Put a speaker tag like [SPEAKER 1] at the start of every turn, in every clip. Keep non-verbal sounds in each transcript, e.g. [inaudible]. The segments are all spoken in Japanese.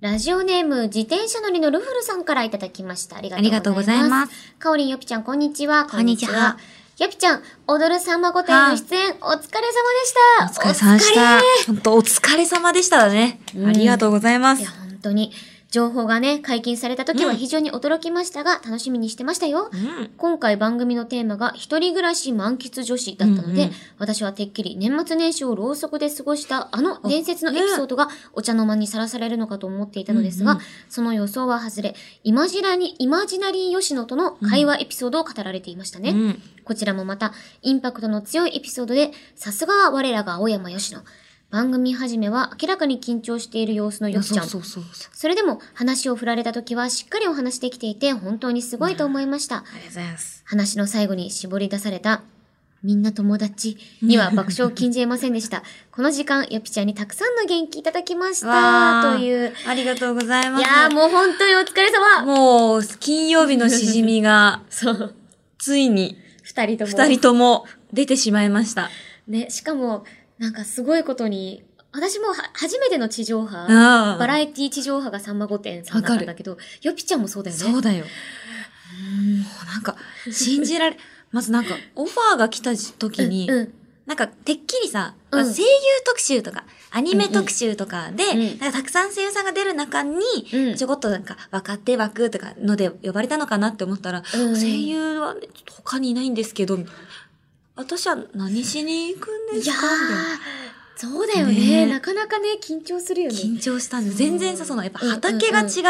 [SPEAKER 1] ラジオネーム、自転車乗りのルフルさんからいただきました。ありが
[SPEAKER 2] ありがと
[SPEAKER 1] と
[SPEAKER 2] う
[SPEAKER 1] うご
[SPEAKER 2] ご
[SPEAKER 1] ざ
[SPEAKER 2] ざ
[SPEAKER 1] いま。
[SPEAKER 2] いますす。
[SPEAKER 1] かおりんよぴちゃん、こんにちは。
[SPEAKER 2] こんにちは。
[SPEAKER 1] よぴちゃん、踊るさんま御殿の出演、お疲れ様でし
[SPEAKER 2] お
[SPEAKER 1] た。
[SPEAKER 2] 疲れ様でした。本当お疲れ様でしたね。
[SPEAKER 1] うん
[SPEAKER 2] ありがとうございま
[SPEAKER 1] い
[SPEAKER 2] す
[SPEAKER 1] や、。本当に、情報がね、解禁された時は
[SPEAKER 2] うん
[SPEAKER 1] 非常に驚きましたが、楽しみにしてましたよ
[SPEAKER 2] う。ん。
[SPEAKER 1] 今回番組のテーマが、一人暮らし満喫女子だったので、
[SPEAKER 2] うんうん
[SPEAKER 1] 私はてっきり年末年始をろうそくで過ごしたあの伝説のエピソードがお茶の間にさらされるのかと思っていたのですが、
[SPEAKER 2] うんうん
[SPEAKER 1] その予想は外れ、イマジラに、イマジナリー吉野との会話エピソードを語られていましたね。
[SPEAKER 2] うん
[SPEAKER 1] こちらもまた、インパクトの強いエピソードで、さすがは我らが青山吉野。番組始めは明らかに緊張している様子のよきちゃん。
[SPEAKER 2] そうそうそうそう。
[SPEAKER 1] それでも話を振られた時はしっかりお話できていて本当にすごいと思いました。
[SPEAKER 2] ありがとうございます。
[SPEAKER 1] 話の最後に絞り出されたみんな友達には爆笑を禁じえませんでした。この時間、よぴちゃんにたくさんの元気いただきまし
[SPEAKER 2] わ
[SPEAKER 1] た。
[SPEAKER 2] ー
[SPEAKER 1] という。
[SPEAKER 2] ありがとうございま
[SPEAKER 1] い
[SPEAKER 2] す。
[SPEAKER 1] やーもう本当にお疲れ様、
[SPEAKER 2] もう、金曜日のしじみが
[SPEAKER 1] [laughs] そう。
[SPEAKER 2] ついに、
[SPEAKER 1] 二人とも。
[SPEAKER 2] 二人とも出てしまいました。
[SPEAKER 1] ね、しかも、なんかすごいことに、私もは初めての地上波、
[SPEAKER 2] あ
[SPEAKER 1] バラエティ地上波がさんま御殿さんだったんだけど、よぴちゃんもそうだよね。
[SPEAKER 2] そうだよ。もうなんか、信じられ、まずなんか、オファーが来た時に、
[SPEAKER 1] うんうん
[SPEAKER 2] なんか、てっきりさ、
[SPEAKER 1] うん
[SPEAKER 2] 声優特集とか、アニメ特集とかで、
[SPEAKER 1] うんうん
[SPEAKER 2] なんかたくさん声優さんが出る中に、
[SPEAKER 1] うん
[SPEAKER 2] ちょこっとなんか、若手枠とかので呼ばれたのかなって思ったら、
[SPEAKER 1] うん
[SPEAKER 2] 声優はね、ちょっと他にいないんですけど、私は何しに行くんで
[SPEAKER 1] い
[SPEAKER 2] す
[SPEAKER 1] やー
[SPEAKER 2] かみたいな。
[SPEAKER 1] そうだよね
[SPEAKER 2] ね
[SPEAKER 1] なかなかね、緊張するよね。
[SPEAKER 2] 緊張したんです。全然さ、その、やっぱ
[SPEAKER 1] うん
[SPEAKER 2] 畑が違う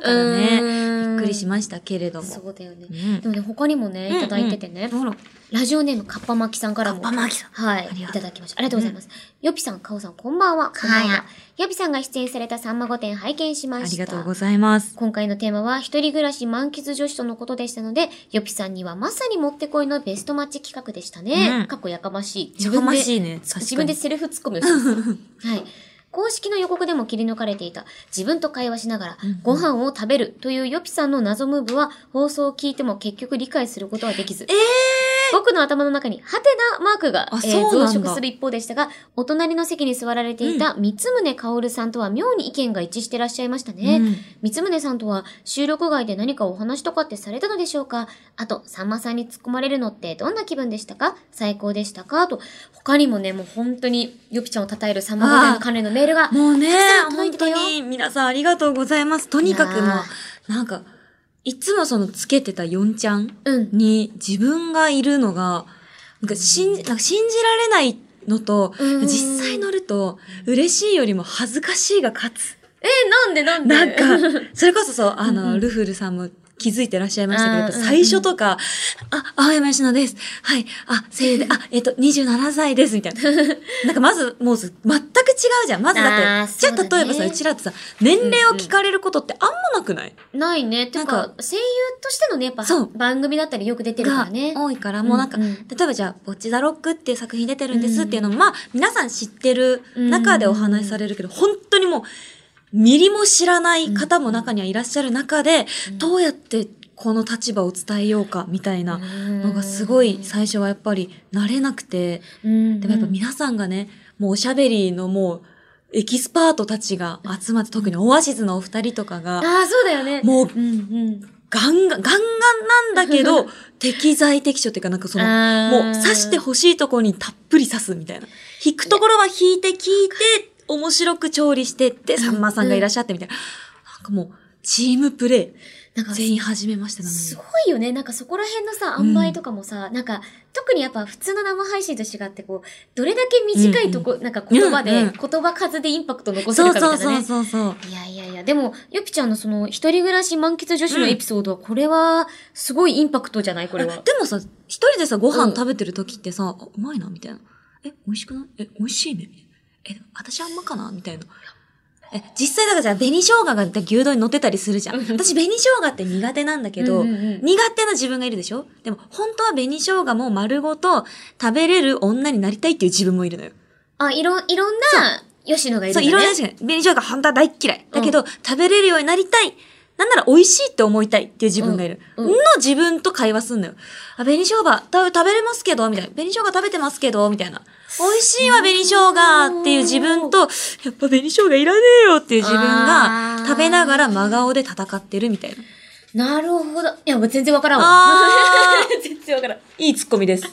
[SPEAKER 2] からね、
[SPEAKER 1] うん
[SPEAKER 2] びっくりしましたけれども。
[SPEAKER 1] そうだよね。
[SPEAKER 2] うん
[SPEAKER 1] でもね、他にもね、いただいててね、
[SPEAKER 2] ほら、
[SPEAKER 1] ラジオネームかっぱ巻きさんからも。
[SPEAKER 2] かっぱ巻きさん
[SPEAKER 1] はい。
[SPEAKER 2] あり
[SPEAKER 1] い
[SPEAKER 2] がと
[SPEAKER 1] た
[SPEAKER 2] う
[SPEAKER 1] だきました。ありがとうございます。よぴさん、かおさん、こんばんは。こんばんは。よぴさんが出演されたさんま御殿拝見しま
[SPEAKER 2] あ
[SPEAKER 1] した。
[SPEAKER 2] りがとうございます。
[SPEAKER 1] 今回のテーマは、一人暮らし満喫女子とのことでしたので、よぴさんにはまさにもってこいのベストマッチ企画でしたね。
[SPEAKER 2] うん
[SPEAKER 1] かっこやかましい。
[SPEAKER 2] やかましいね
[SPEAKER 1] 自分で
[SPEAKER 2] 確かに
[SPEAKER 1] 自分でセルフ突っ込みをします。
[SPEAKER 2] [laughs]
[SPEAKER 1] はい。公式の予告でも切り抜かれていた、自分と会話しながら
[SPEAKER 2] うんうん、
[SPEAKER 1] ご飯を食べるというよぴさんの謎ムーブは、放送を聞いても結局理解することはできず、
[SPEAKER 2] ええ
[SPEAKER 1] 僕の頭の中にハテナマークが、
[SPEAKER 2] あ
[SPEAKER 1] えー
[SPEAKER 2] そう
[SPEAKER 1] 増
[SPEAKER 2] なんだ
[SPEAKER 1] 殖する一方でしたが、お隣の席に座られていた三宗薫さんとは妙に意見が一致してらっしゃいましたね。
[SPEAKER 2] うん
[SPEAKER 1] 三宗さんとは収録外で何かお話とかってされたのでしょうかあと、さんまさんに突っ込まれるのってどんな気分でしたか最高でしたかと、他にもね、もう本当によぴちゃんを称えるさんま御殿の関連のメールが、
[SPEAKER 2] もうね
[SPEAKER 1] たくさん、届い
[SPEAKER 2] 本
[SPEAKER 1] てた
[SPEAKER 2] 当
[SPEAKER 1] よ
[SPEAKER 2] に皆さんありがとうございます。とにかく
[SPEAKER 1] い
[SPEAKER 2] も
[SPEAKER 1] や
[SPEAKER 2] う、なんか、いつもそのつけてた4ちゃん [laughs]
[SPEAKER 1] うん。
[SPEAKER 2] に自分がいるのが、なんか信じ、なんか信じられないのと、
[SPEAKER 1] うん
[SPEAKER 2] 実際乗ると、嬉しいよりも恥ずかしいが勝つ。
[SPEAKER 1] えーなんでなんで
[SPEAKER 2] [laughs] なん
[SPEAKER 1] [laughs]
[SPEAKER 2] か、それこそそう、あ
[SPEAKER 1] うんう
[SPEAKER 2] の、
[SPEAKER 1] ん
[SPEAKER 2] ルフルさんも気づいてらっしゃいましたけど、
[SPEAKER 1] あー
[SPEAKER 2] やっぱ
[SPEAKER 1] うんうん
[SPEAKER 2] 最初とか、あ、青山吉乃です。はい。あ、声
[SPEAKER 1] [laughs]
[SPEAKER 2] 優で、あ、えっと、27歳です。みたいな。なんかまず、もうす全く違うじゃん。まずだ
[SPEAKER 1] あ
[SPEAKER 2] っ
[SPEAKER 1] ー
[SPEAKER 2] て、じゃ
[SPEAKER 1] そ
[SPEAKER 2] あ
[SPEAKER 1] うだ
[SPEAKER 2] 例え
[SPEAKER 1] ね
[SPEAKER 2] ばさ、うちらってさ、年齢を聞かれることってあんまなくない、
[SPEAKER 1] ないね。てか、
[SPEAKER 2] [laughs] なん
[SPEAKER 1] 声優としてのね、やっぱ
[SPEAKER 2] そう
[SPEAKER 1] 番組だったりよく出てるから
[SPEAKER 2] が
[SPEAKER 1] ね。
[SPEAKER 2] 多いから、もうなんか、
[SPEAKER 1] うんうん
[SPEAKER 2] 例えばじゃあ、ぼっちザロックっていう作品出てるんですっていうのも、まあ、皆さん知ってる中でお話しされるけど、本当にもう、ミリも知らない方も中にはいらっしゃる中で、どうやってこの立場を伝えようか、みたいなのがすごい最初はやっぱり慣れなくて、
[SPEAKER 1] うん
[SPEAKER 2] でもやっぱ皆さんがね、もうおしゃべりのもう、エキスパートたちが集まって、特にオアシズのお二人とかが、
[SPEAKER 1] ああ、そうだよね。
[SPEAKER 2] もう
[SPEAKER 1] うんうん。
[SPEAKER 2] ガンガン、ガンガンなんだけ [laughs] ど、適材適所っていうかなんかその、
[SPEAKER 1] あー
[SPEAKER 2] もう刺してほしいところにたっぷり刺すみたいな。引くところは引いて聞いて、面白く調理してって、さんまさんがいらっしゃってみたいな。なんかもう、チームプレ
[SPEAKER 1] なん
[SPEAKER 2] イ、
[SPEAKER 1] か、
[SPEAKER 2] 全員始めましたなのに
[SPEAKER 1] すごいよね。なんかそこら辺のさ、塩梅とかもさ、なんか、特にやっぱ普通の生配信と違って、こう、どれだけ短いとこ、なんか言葉で、
[SPEAKER 2] うんうん
[SPEAKER 1] 言葉数でインパクト残せ
[SPEAKER 2] そ
[SPEAKER 1] る
[SPEAKER 2] う
[SPEAKER 1] かみたい
[SPEAKER 2] そ
[SPEAKER 1] な
[SPEAKER 2] う
[SPEAKER 1] ね。
[SPEAKER 2] そうそうそう。
[SPEAKER 1] いやいやいや、でも、ゆぴちゃんのその、一人暮らし満喫女子のエピソードは、これは、すごいインパクトじゃないこれは。
[SPEAKER 2] でもさ、一人でさ、ご
[SPEAKER 1] うん
[SPEAKER 2] 飯食べてる時ってさ、あうまいなみたいな。え、美味しくないえ、美味しいねみたいなえ、私あんまかなみたいな。え、実際だからじゃあ紅生姜が牛丼に乗ってたりするじゃん。
[SPEAKER 1] うん
[SPEAKER 2] 私紅生姜って苦手なんだけど、
[SPEAKER 1] うんうんうん
[SPEAKER 2] 苦手な自分がいるでしょでも本当は紅生姜も丸ごと食べれる女になりたいっていう自分もいるのよ。
[SPEAKER 1] あ、いろ、いろんな、吉野がいるんだ
[SPEAKER 2] そう、
[SPEAKER 1] ね。
[SPEAKER 2] いろんな人が、紅生姜本当は大っ嫌い。だけど、食べれるようになりたい。なんなら美味しいって思いたいっていう自分がいる。
[SPEAKER 1] うんうん
[SPEAKER 2] の自分と会話すんのよ。あ、紅生姜、た食べれますけど、みたいな。紅生姜食べてますけど、みたいな。美味しいわ、紅生姜っていう自分と、やっぱ紅生姜いらねえよっていう自分
[SPEAKER 1] あ
[SPEAKER 2] が
[SPEAKER 1] ー
[SPEAKER 2] 食べながら真顔で戦ってるみたいな。
[SPEAKER 1] なるほど。いや、もう全然わからんわ。
[SPEAKER 2] あ
[SPEAKER 1] [laughs]
[SPEAKER 2] ー
[SPEAKER 1] 全然わからん。
[SPEAKER 2] いいツッコミです。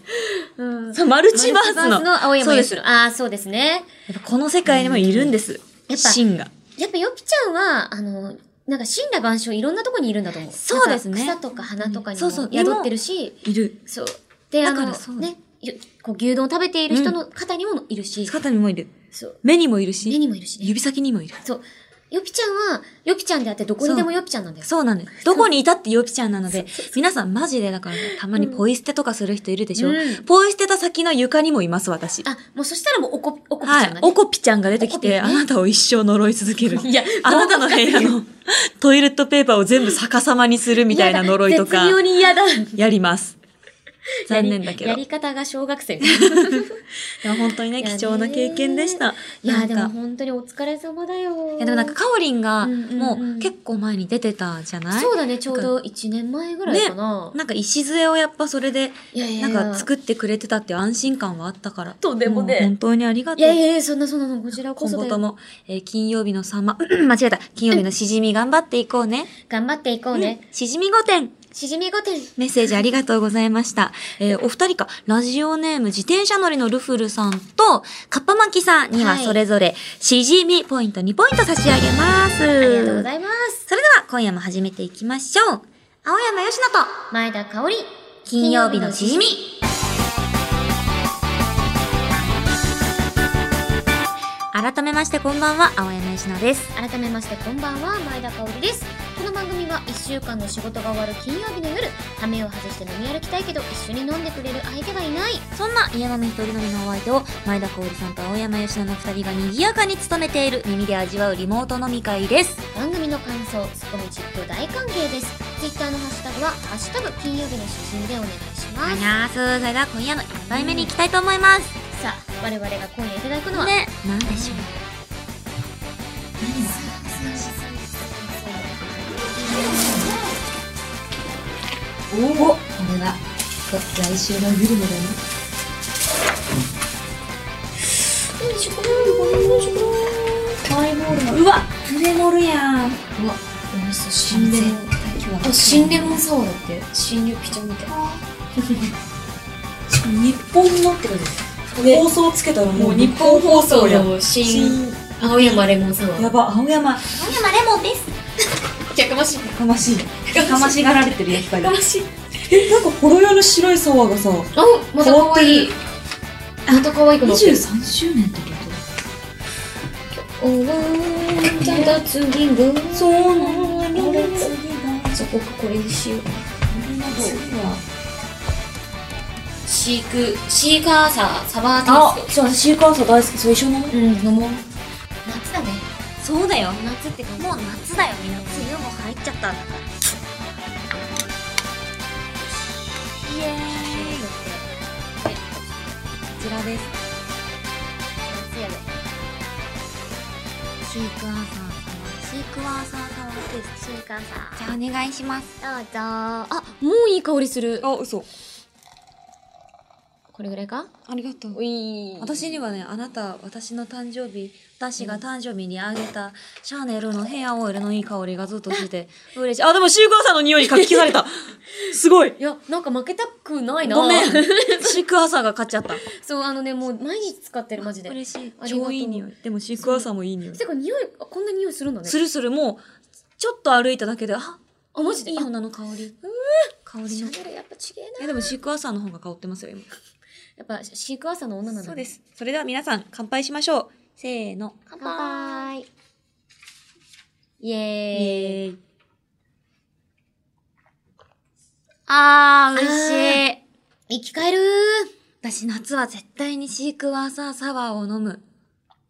[SPEAKER 1] うん。
[SPEAKER 2] そうマルチバースの。
[SPEAKER 1] 青山
[SPEAKER 2] そうで。
[SPEAKER 1] ですす
[SPEAKER 2] やっ
[SPEAKER 1] ああ、そうですね。
[SPEAKER 2] ぱこの世界にもいるんです。
[SPEAKER 1] ぱ
[SPEAKER 2] 芯が。
[SPEAKER 1] やっぱヨピちゃんは、あの、なんか神羅万象いろんなとこにいるんだと思う。
[SPEAKER 2] そうですね
[SPEAKER 1] なんか草とか花とかに
[SPEAKER 2] そ
[SPEAKER 1] も
[SPEAKER 2] うそう
[SPEAKER 1] 宿ってるし、
[SPEAKER 2] いる。
[SPEAKER 1] そう。で、あ
[SPEAKER 2] だか
[SPEAKER 1] の
[SPEAKER 2] らそう、
[SPEAKER 1] ね、よこう牛丼を食べている人の方にもいるし、
[SPEAKER 2] 姿にもいる。
[SPEAKER 1] そう。
[SPEAKER 2] 目にもいる
[SPEAKER 1] 目
[SPEAKER 2] し、
[SPEAKER 1] にもいるしね。
[SPEAKER 2] 指先にもいる。
[SPEAKER 1] そう。ヨピちゃんは、ヨピちゃんであってどこにでもヨピちゃんなんだよ。
[SPEAKER 2] そうなんです。どこにいたってヨピちゃんなので、皆さんマジでだから、たまにポイ捨てとかする人いるでしょ、
[SPEAKER 1] うん
[SPEAKER 2] ポイ捨てた先の床にもいます、私。
[SPEAKER 1] あ、もうそしたらもうおこ、おこぴち
[SPEAKER 2] は
[SPEAKER 1] ゃん
[SPEAKER 2] い
[SPEAKER 1] が。ね。
[SPEAKER 2] おこぴちゃんが出てき
[SPEAKER 1] お
[SPEAKER 2] て、
[SPEAKER 1] こ
[SPEAKER 2] あ
[SPEAKER 1] ぴね
[SPEAKER 2] なたを一生呪い続ける。
[SPEAKER 1] いや
[SPEAKER 2] あなたの部屋の [laughs] トイレットペーパーを全部逆さまにするみたいな呪いとか
[SPEAKER 1] 絶、妙に嫌だ。
[SPEAKER 2] やります。残念だけ
[SPEAKER 1] や
[SPEAKER 2] ど
[SPEAKER 1] り。やり方が小学
[SPEAKER 2] [laughs]
[SPEAKER 1] 生。い
[SPEAKER 2] でも本当にね、
[SPEAKER 1] いやね
[SPEAKER 2] 貴重な経験でした。な
[SPEAKER 1] や、
[SPEAKER 2] んか
[SPEAKER 1] でも本当にお疲れ様だよ。
[SPEAKER 2] いやでもなんか、かおりんが、
[SPEAKER 1] うんうんうん
[SPEAKER 2] もう結構前に出てたじゃない、
[SPEAKER 1] そうだね、ちょうど1年前ぐらいかな。
[SPEAKER 2] なんか礎をやっぱそれで、
[SPEAKER 1] いやいや
[SPEAKER 2] なん
[SPEAKER 1] いや
[SPEAKER 2] か作ってくれてたっていう安心感はあったから。
[SPEAKER 1] とんでもねえ
[SPEAKER 2] う本当にありがとう。
[SPEAKER 1] いやいやいや、そんなそんなの、こちらこ
[SPEAKER 2] 今
[SPEAKER 1] そ
[SPEAKER 2] 後
[SPEAKER 1] だ
[SPEAKER 2] と
[SPEAKER 1] よ。
[SPEAKER 2] も、えー金曜日のさんま、 [clears throat] 間違えた。金曜日のしじみ頑張っていこうね。
[SPEAKER 1] 頑張っていこうね。
[SPEAKER 2] しじみ御点
[SPEAKER 1] しじみ御殿。
[SPEAKER 2] メッセージありがとうございました。えーお二人か、ラジオネーム自転車乗りのルフルさんと、かっぱ巻きさんには
[SPEAKER 1] はい
[SPEAKER 2] それぞれ、しじみポイント2ポイント差し上げます。
[SPEAKER 1] ありがとうございます。
[SPEAKER 2] それでは、今夜も始めていきましょう。青山よしのと、
[SPEAKER 1] 前田香織。
[SPEAKER 2] 金曜日のしじみ。改めましてこんばんは、青山よしのです。
[SPEAKER 1] 改めましてこんばんは前田香織ですこの番組は1週間の仕事が終わる金曜日の夜羽目を外して飲み歩きたいけど一緒に飲んでくれる相手がいない
[SPEAKER 2] そんな家飲み一人飲みのお相手を前田香織さんと青山よしのの二人が賑やかに務めている耳で味わうリモート飲み会です。
[SPEAKER 1] 番組の感想ツッコミ実況大歓迎です Twitter のハッシュタグは「ハッシュタグ金曜日の写真」でお願いし
[SPEAKER 2] あ
[SPEAKER 1] ます
[SPEAKER 2] ーす。それでは今夜の一杯目に行きたいと思います。
[SPEAKER 1] さあ我々が今夜いただくのは、
[SPEAKER 2] ね、なんでしょう。うわ、プレモルやん。
[SPEAKER 1] 新レモンあ新レモンサワーだって新緑茶みたい
[SPEAKER 2] 日本のってことで放送つけたらもう日本放送や。
[SPEAKER 1] 新青山レモンサワー
[SPEAKER 2] やば、青
[SPEAKER 1] 青
[SPEAKER 2] 山、
[SPEAKER 1] 山レモンですやかましい
[SPEAKER 2] かま [laughs] しい。かましがられてるやっぱり
[SPEAKER 1] やか。ましい
[SPEAKER 2] [laughs] え、なんかほろ酔いの白い沢がさ、
[SPEAKER 1] あまた可愛いまた可愛くなってる
[SPEAKER 2] 周年ってこと
[SPEAKER 1] おーじゃあ次が
[SPEAKER 2] そうなの。
[SPEAKER 1] これじゃあ僕これにしようシークシーカーサーサバーテ
[SPEAKER 2] あ
[SPEAKER 1] ィ、
[SPEAKER 2] そう、シーカーサー大好き、そう一緒なの。
[SPEAKER 1] ースうん飲もう夏だね
[SPEAKER 2] そうだよ。
[SPEAKER 1] 夏って感じ
[SPEAKER 2] もう夏だよ、みんな。梅雨も入っちゃったんだから。イエーイ。こちらです。
[SPEAKER 1] 夏やね
[SPEAKER 2] シークワーサーシークワーサーサワーです。
[SPEAKER 1] シーカーサ
[SPEAKER 2] じゃあお願いします。
[SPEAKER 1] ーどうぞあもういい香りする
[SPEAKER 2] あ、嘘。
[SPEAKER 1] これぐらいか
[SPEAKER 2] ありがとう。
[SPEAKER 1] うい
[SPEAKER 2] 私にはね、あなた、私の誕生日、私が誕生日にあげた、シャネルのヘアオイルのいい香りがずっとしてて、嬉しい。あ、でもシークワーサーの匂いにかき消され
[SPEAKER 1] [laughs]
[SPEAKER 2] たすごい
[SPEAKER 1] いやなんか負けたくないな
[SPEAKER 2] ごめんシークワーサーが勝っちゃった。
[SPEAKER 1] [laughs] そうあのねもう毎日使ってるマジで
[SPEAKER 2] 嬉しい
[SPEAKER 1] あ。りがとう
[SPEAKER 2] 超いい匂い。でもシークワーサーもいい匂い。
[SPEAKER 1] てか匂いあこんな匂いするんだね
[SPEAKER 2] するする、もう、ちょっと歩いただけで、あ、
[SPEAKER 1] あマジで
[SPEAKER 2] いい女の香り。香り
[SPEAKER 1] シ
[SPEAKER 2] の。
[SPEAKER 1] ャネルやっぱちげえな
[SPEAKER 2] え、でもシークワーサーの方が香ってますよ、今。
[SPEAKER 1] やっぱシークワーサーの女なんだ
[SPEAKER 2] そうです。それでは皆さん、乾杯しましょう。せーの。
[SPEAKER 1] 乾杯イ
[SPEAKER 2] イ
[SPEAKER 1] エーイ
[SPEAKER 2] エーイ。あー、
[SPEAKER 1] 美味
[SPEAKER 2] しい。
[SPEAKER 1] 生き返る
[SPEAKER 2] 私、夏は絶対にシークワーサーサワーを飲む。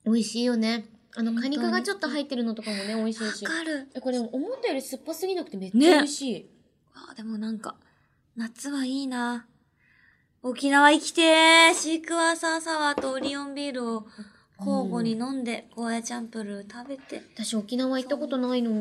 [SPEAKER 1] 美味しいよねあのカ
[SPEAKER 2] 本当に
[SPEAKER 1] ニカがちょっと入ってるのとかもね美味しいし
[SPEAKER 2] る。
[SPEAKER 1] えこれ思ったより酸っぱすぎなくてめっちゃ
[SPEAKER 2] ね
[SPEAKER 1] 美味しい、
[SPEAKER 2] あーでもなんか、夏はいいな。沖縄生きてーシークワーサーサワーとオリオンビールを交互に飲んで、ゴーヤチャンプルー食べて。
[SPEAKER 1] 私沖縄行ったことないの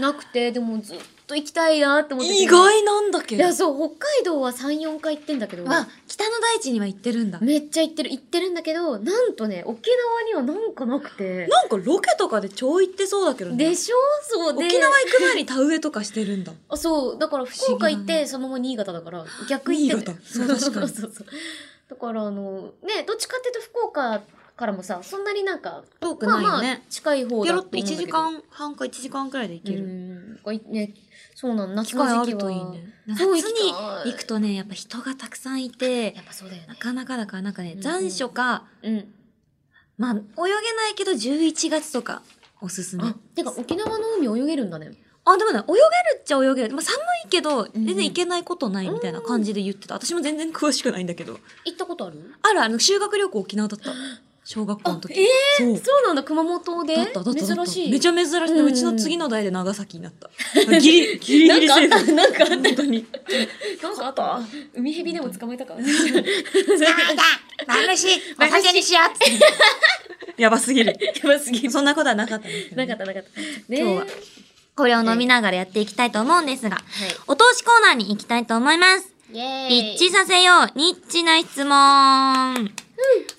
[SPEAKER 1] なくて、でもずっと行きたいなって思ってて。
[SPEAKER 2] 意外なんだけ
[SPEAKER 1] い
[SPEAKER 2] ど。
[SPEAKER 1] や、そう、北海道は3、4回行ってんだけど、
[SPEAKER 2] あ、北の大地には行ってるんだ。
[SPEAKER 1] めっちゃ行ってる、行ってるんだけど、なんとね、沖縄にはなんかなくて。
[SPEAKER 2] なんかロケとかで超行ってそうだけどね。
[SPEAKER 1] でしょそうで。
[SPEAKER 2] 沖縄行く前に田植えとかしてるんだ。
[SPEAKER 1] あそう、だから
[SPEAKER 2] 不
[SPEAKER 1] 福
[SPEAKER 2] 思議
[SPEAKER 1] 岡
[SPEAKER 2] だね
[SPEAKER 1] 行って、そのまま新潟だから、逆行ってんだよ。
[SPEAKER 2] 新潟そう確か
[SPEAKER 1] [laughs]
[SPEAKER 2] に
[SPEAKER 1] そうそう。だから、あの、ね、どっちかっていうと福岡からもさ、そんなになんか、
[SPEAKER 2] 遠く
[SPEAKER 1] ま
[SPEAKER 2] な
[SPEAKER 1] あ
[SPEAKER 2] い
[SPEAKER 1] ま
[SPEAKER 2] よ
[SPEAKER 1] あ
[SPEAKER 2] ね。、
[SPEAKER 1] 近い方だ
[SPEAKER 2] や
[SPEAKER 1] と思
[SPEAKER 2] ろっ
[SPEAKER 1] うんだ
[SPEAKER 2] と
[SPEAKER 1] け
[SPEAKER 2] 1
[SPEAKER 1] ど。
[SPEAKER 2] 時間半か1時間くらいで行ける。
[SPEAKER 1] うんこれね、そうなの、
[SPEAKER 2] 機
[SPEAKER 1] 夏の
[SPEAKER 2] 会あ
[SPEAKER 1] 時期
[SPEAKER 2] ると
[SPEAKER 1] はい
[SPEAKER 2] いね。夏
[SPEAKER 1] そう行きたい
[SPEAKER 2] に行くとね、やっぱ人がたくさんいて
[SPEAKER 1] や、っぱそうだよね
[SPEAKER 2] な。かなかだからなんかね
[SPEAKER 1] う、ん
[SPEAKER 2] 残暑か、
[SPEAKER 1] うん。
[SPEAKER 2] まあ、泳げないけど11月とかおすすめ。
[SPEAKER 1] あ、てか沖縄の海泳げるんだね。
[SPEAKER 2] あ、でもね、泳げるっちゃ泳げる。まあ、寒いけど、全然行けないことないみたいな感じで言ってた。私も全然詳しくないんだけど。
[SPEAKER 1] 行ったことある
[SPEAKER 2] あるある、修学旅行沖縄だった。小学校の時。
[SPEAKER 1] あえ
[SPEAKER 2] そう。
[SPEAKER 1] そうなんだ、熊本で
[SPEAKER 2] だった、だった。だった
[SPEAKER 1] 珍しい。
[SPEAKER 2] めち
[SPEAKER 1] ゃ
[SPEAKER 2] ゃ珍しい。
[SPEAKER 1] うん
[SPEAKER 2] うちの次の代で長崎になった。ギリ、ギリギリセーフ。
[SPEAKER 1] なんかあったなんかあった
[SPEAKER 2] 本当に。
[SPEAKER 1] なんかあった海蛇でも捕まえ [laughs] たか。
[SPEAKER 2] [laughs] だマムシお酒にしよう [laughs] やばすぎる。
[SPEAKER 1] やばすぎる。
[SPEAKER 2] そんなことはなかったんですけど
[SPEAKER 1] な
[SPEAKER 2] ね
[SPEAKER 1] かったなかった。ね
[SPEAKER 2] 今日は
[SPEAKER 1] は
[SPEAKER 2] これを飲みながらやっていきたいと思うんですが、お通しコーナーに行きたいと思います。
[SPEAKER 1] い。イェ
[SPEAKER 2] 一致させよう、ニッチな質問。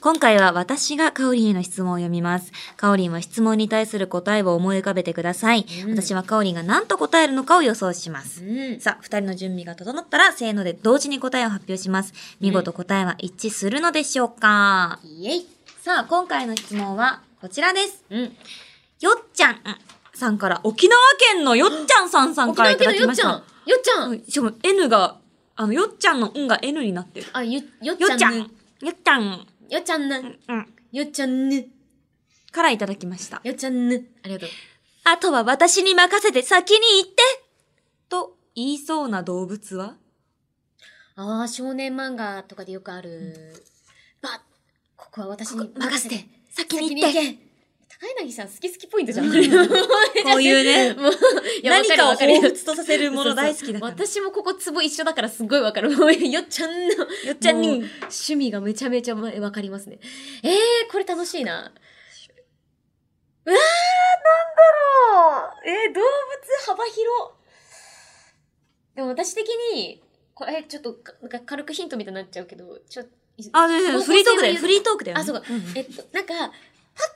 [SPEAKER 2] 今回は私がカオリンへの質問を読みます。カオリンは質問に対する答えを思い浮かべてください。
[SPEAKER 1] うん
[SPEAKER 2] 私はカオリンが何と答えるのかを予想します。
[SPEAKER 1] うん。
[SPEAKER 2] さあ、二人の準備が整ったら、せーので同時に答えを発表します。見事答えは一致するのでしょうか、
[SPEAKER 1] イェイ。
[SPEAKER 2] さあ、今回の質問はこちらです。
[SPEAKER 1] うん。
[SPEAKER 2] よっちゃんさんから、沖縄県のよっちゃんさんさん
[SPEAKER 1] 沖
[SPEAKER 2] からい
[SPEAKER 1] 縄
[SPEAKER 2] た
[SPEAKER 1] 県
[SPEAKER 2] だ
[SPEAKER 1] のよ
[SPEAKER 2] きま
[SPEAKER 1] っ
[SPEAKER 2] し
[SPEAKER 1] ちゃん
[SPEAKER 2] た。。
[SPEAKER 1] よっちゃ。
[SPEAKER 2] うんんしかも N が、あの、よっちゃんのんが N になってる。
[SPEAKER 1] あ、よ、よっ
[SPEAKER 2] よっ
[SPEAKER 1] ち
[SPEAKER 2] ち
[SPEAKER 1] ゃ
[SPEAKER 2] ゃ
[SPEAKER 1] んぬ。
[SPEAKER 2] ん、よっちゃん、
[SPEAKER 1] よっちゃんぬ。
[SPEAKER 2] うん、
[SPEAKER 1] よっちゃんぬ。
[SPEAKER 2] からいただきました。
[SPEAKER 1] よっちゃんぬ。ありがとう。
[SPEAKER 2] あとは私に任せて先に行ってと言いそうな動物は
[SPEAKER 1] ああ、少年漫画とかでよくある。ば、ここは私に任せて。
[SPEAKER 2] 先
[SPEAKER 1] 先
[SPEAKER 2] に
[SPEAKER 1] に
[SPEAKER 2] 行
[SPEAKER 1] 行
[SPEAKER 2] って
[SPEAKER 1] け。高柳さん好き好きポイントじゃん。こ [laughs] う
[SPEAKER 2] いうね
[SPEAKER 1] もう、いやわ
[SPEAKER 2] 何
[SPEAKER 1] る
[SPEAKER 2] かを
[SPEAKER 1] わる
[SPEAKER 2] 彷彿とさせるもの大好きだから。
[SPEAKER 1] そうそう私もここツボ一緒だからすごいわかる。もうよっちゃんの、
[SPEAKER 2] よっちゃんに
[SPEAKER 1] もう趣味がめちゃめちゃわかりますね。えー、これ楽しいな。うわー、なんだろう。えー動物幅広。でも私的に、これ、ちょっとか、なんか軽くヒントみたいになっちゃうけど、ちょっと、
[SPEAKER 2] あ、で
[SPEAKER 1] 方向性
[SPEAKER 2] フリートークだよ。
[SPEAKER 1] は
[SPEAKER 2] フリートークだよね。
[SPEAKER 1] あ、そうか
[SPEAKER 2] ん。
[SPEAKER 1] えっと、なんか、パ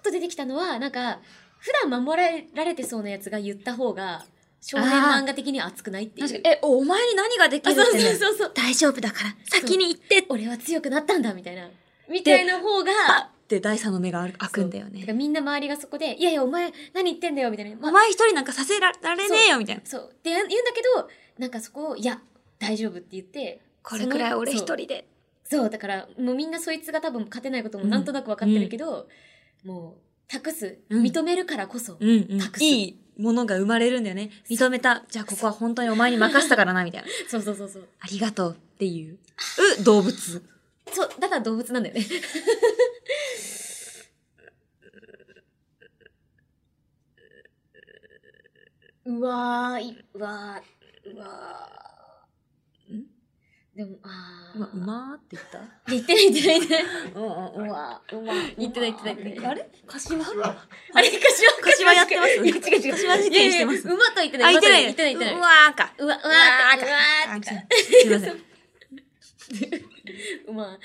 [SPEAKER 1] ッと出てきたのは、なんか、普段守られてそうなやつが言った方が、少年漫画的には熱くないっていう。
[SPEAKER 2] 確かに。え、おお前に何ができ
[SPEAKER 1] あ、
[SPEAKER 2] る
[SPEAKER 1] そう
[SPEAKER 2] って、
[SPEAKER 1] そう
[SPEAKER 2] ね、
[SPEAKER 1] そうそう。
[SPEAKER 2] 大丈夫だから、先に行ってっ
[SPEAKER 1] 俺は強くなったんだ、みたいな。みたいな方が、
[SPEAKER 2] て第三の目がある開くんだよ
[SPEAKER 1] て
[SPEAKER 2] ね
[SPEAKER 1] か。みんな周りがそこで、いやいや、お前、何言ってんだよ、みたいな。
[SPEAKER 2] お前一人なんかさせられねえよみたいな。
[SPEAKER 1] そう。って言うんだけど、なんかそこを、いや、大丈夫って言って、
[SPEAKER 2] これくらい俺一
[SPEAKER 1] その
[SPEAKER 2] 人で。
[SPEAKER 1] そう、だから、もうみんなそいつが多分勝てないこともなんとなく分かってるけど、もう、託す、
[SPEAKER 2] うん
[SPEAKER 1] 認めるからこそ、
[SPEAKER 2] うんうん
[SPEAKER 1] 託す
[SPEAKER 2] いいものが生まれるんだよね。認めた。じゃあここは本当にお前に任せたからな、みたいな。
[SPEAKER 1] そうそうそうそう。
[SPEAKER 2] [laughs] ありがとうっていう。う、動物。
[SPEAKER 1] そう、だから動物なんだよね。 [laughs] うわーい、うわー、うわー。
[SPEAKER 2] ん
[SPEAKER 1] でも、あー。
[SPEAKER 2] 今、うまーって言った
[SPEAKER 1] 言ってない言ってない言ってない。
[SPEAKER 2] うんうん
[SPEAKER 1] うわー、うわー。
[SPEAKER 2] 言ってない言ってない言ってない。
[SPEAKER 1] あれ
[SPEAKER 2] れ柏
[SPEAKER 1] あれ、柏
[SPEAKER 2] 柏やってます
[SPEAKER 1] いや、違う違う。
[SPEAKER 2] 柏受験してます
[SPEAKER 1] いやいやうまとは言ってな
[SPEAKER 2] あ、
[SPEAKER 1] い。
[SPEAKER 2] 言ってない。
[SPEAKER 1] 言ってない言ってないう言っ
[SPEAKER 2] わーか。
[SPEAKER 1] てない。うわ、うわー、うわーってか。
[SPEAKER 2] [laughs] すいません。
[SPEAKER 1] うまー。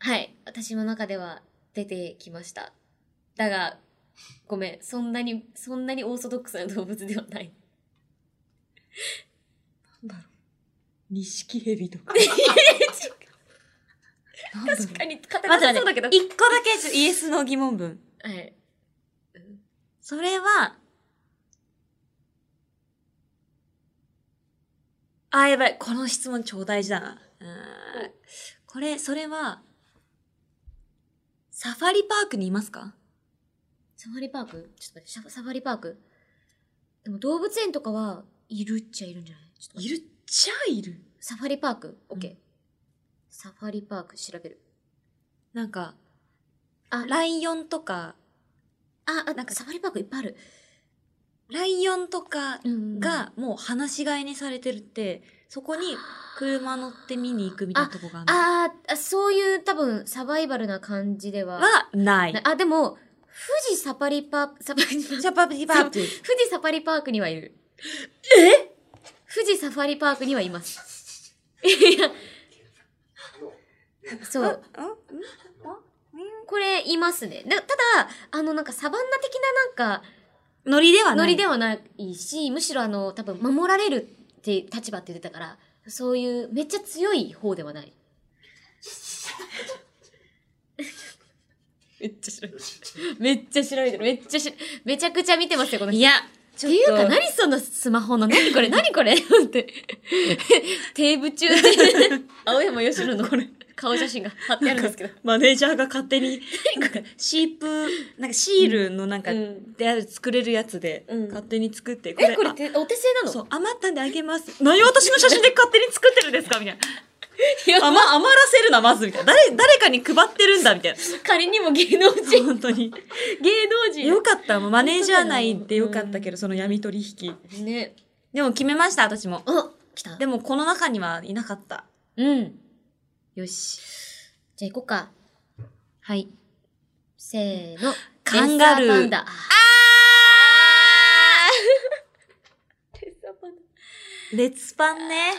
[SPEAKER 1] はい。私の中では出てきました。だが、ごめん。そんなに、そんなにオーソドックスな動物ではない。
[SPEAKER 2] [laughs] 錦蛇 [laughs] とか。
[SPEAKER 1] 確かに、硬
[SPEAKER 2] ま
[SPEAKER 1] 硬
[SPEAKER 2] ずは
[SPEAKER 1] そうだけど。
[SPEAKER 2] 一個だけちょイエスの疑問文。
[SPEAKER 1] はい。
[SPEAKER 2] それは、あ、やばい。この質問超大事だな。うーんこれ、それは、サファリパークにいますか
[SPEAKER 1] サファリパークちょっと待ってサフ、サファリパークでも動物園とかは、いるっちゃいるんじゃないちょっと待って
[SPEAKER 2] るっちゃいる。
[SPEAKER 1] サファリパークオッケー
[SPEAKER 2] う
[SPEAKER 1] サファリパーク調べる。
[SPEAKER 2] なんか、
[SPEAKER 1] あ
[SPEAKER 2] ライオンとか、
[SPEAKER 1] あ、あ、なんかサファリパークいっぱいある。
[SPEAKER 2] ライオンとか
[SPEAKER 1] うんが、
[SPEAKER 2] がもう放し飼いにされてるって、そこに車乗って見に行くみたいなとこがある
[SPEAKER 1] あーあ、そういう多分サバイバルな感じでは。
[SPEAKER 2] は、ない。
[SPEAKER 1] あ、でも、富士サパリパーク、サパリパ [laughs] ーク
[SPEAKER 2] ジャパビバーティー。
[SPEAKER 1] 富士サパリパークにはいる。
[SPEAKER 2] え
[SPEAKER 1] 富士サファリパークにはいます。 [laughs] いや。そう。
[SPEAKER 2] あん
[SPEAKER 1] これ、いますね。だただ、あの、なんか、サバンナ的ななんか、
[SPEAKER 2] ノリではな
[SPEAKER 1] ノ
[SPEAKER 2] い。
[SPEAKER 1] リではないし、むしろあの、多分、守られるって立場って言ってたから、そういう、めっちゃ強い方ではない。 [laughs] めっちゃ白い。めっちゃ白い。めっちゃし、めちゃくちゃ見てますよ、この人
[SPEAKER 2] いや、
[SPEAKER 1] っていうか、
[SPEAKER 2] ちょっと
[SPEAKER 1] 何そのスマホの、何これ、何これって。 [laughs] テーブ中で、 [laughs] 青山よしのこれ、顔写真が貼ってあるんですけど。
[SPEAKER 2] マネージャーが勝手に、 [laughs] なんか、シープ、なんかシールのなんか、
[SPEAKER 1] うん
[SPEAKER 2] である作れるやつで、
[SPEAKER 1] うん
[SPEAKER 2] 勝手に作って、
[SPEAKER 1] え、これ
[SPEAKER 2] あ
[SPEAKER 1] て、お手製なの
[SPEAKER 2] そう、余ったんであげます。何を私の写真で勝手に作ってるんですかみた [laughs] いな。余余らせるな、まず、みたいな。誰、誰かに配ってるんだ、みたいな。
[SPEAKER 1] 仮にも芸能人、
[SPEAKER 2] 本当に。
[SPEAKER 1] 芸能人。
[SPEAKER 2] [laughs] よかった。もうマネージャー内でよかったけど、その闇取引。
[SPEAKER 1] ね。
[SPEAKER 2] でも決めました、私も。
[SPEAKER 1] あ、来た。
[SPEAKER 2] でも、この中にはいなかった。
[SPEAKER 1] うん。
[SPEAKER 2] よし。
[SPEAKER 1] じゃあ行こうか。
[SPEAKER 2] はい。
[SPEAKER 1] せーの。
[SPEAKER 2] カンガル
[SPEAKER 1] レッ
[SPEAKER 2] ー
[SPEAKER 1] サパンダ。あレッサーパンダ
[SPEAKER 2] レッツパンね。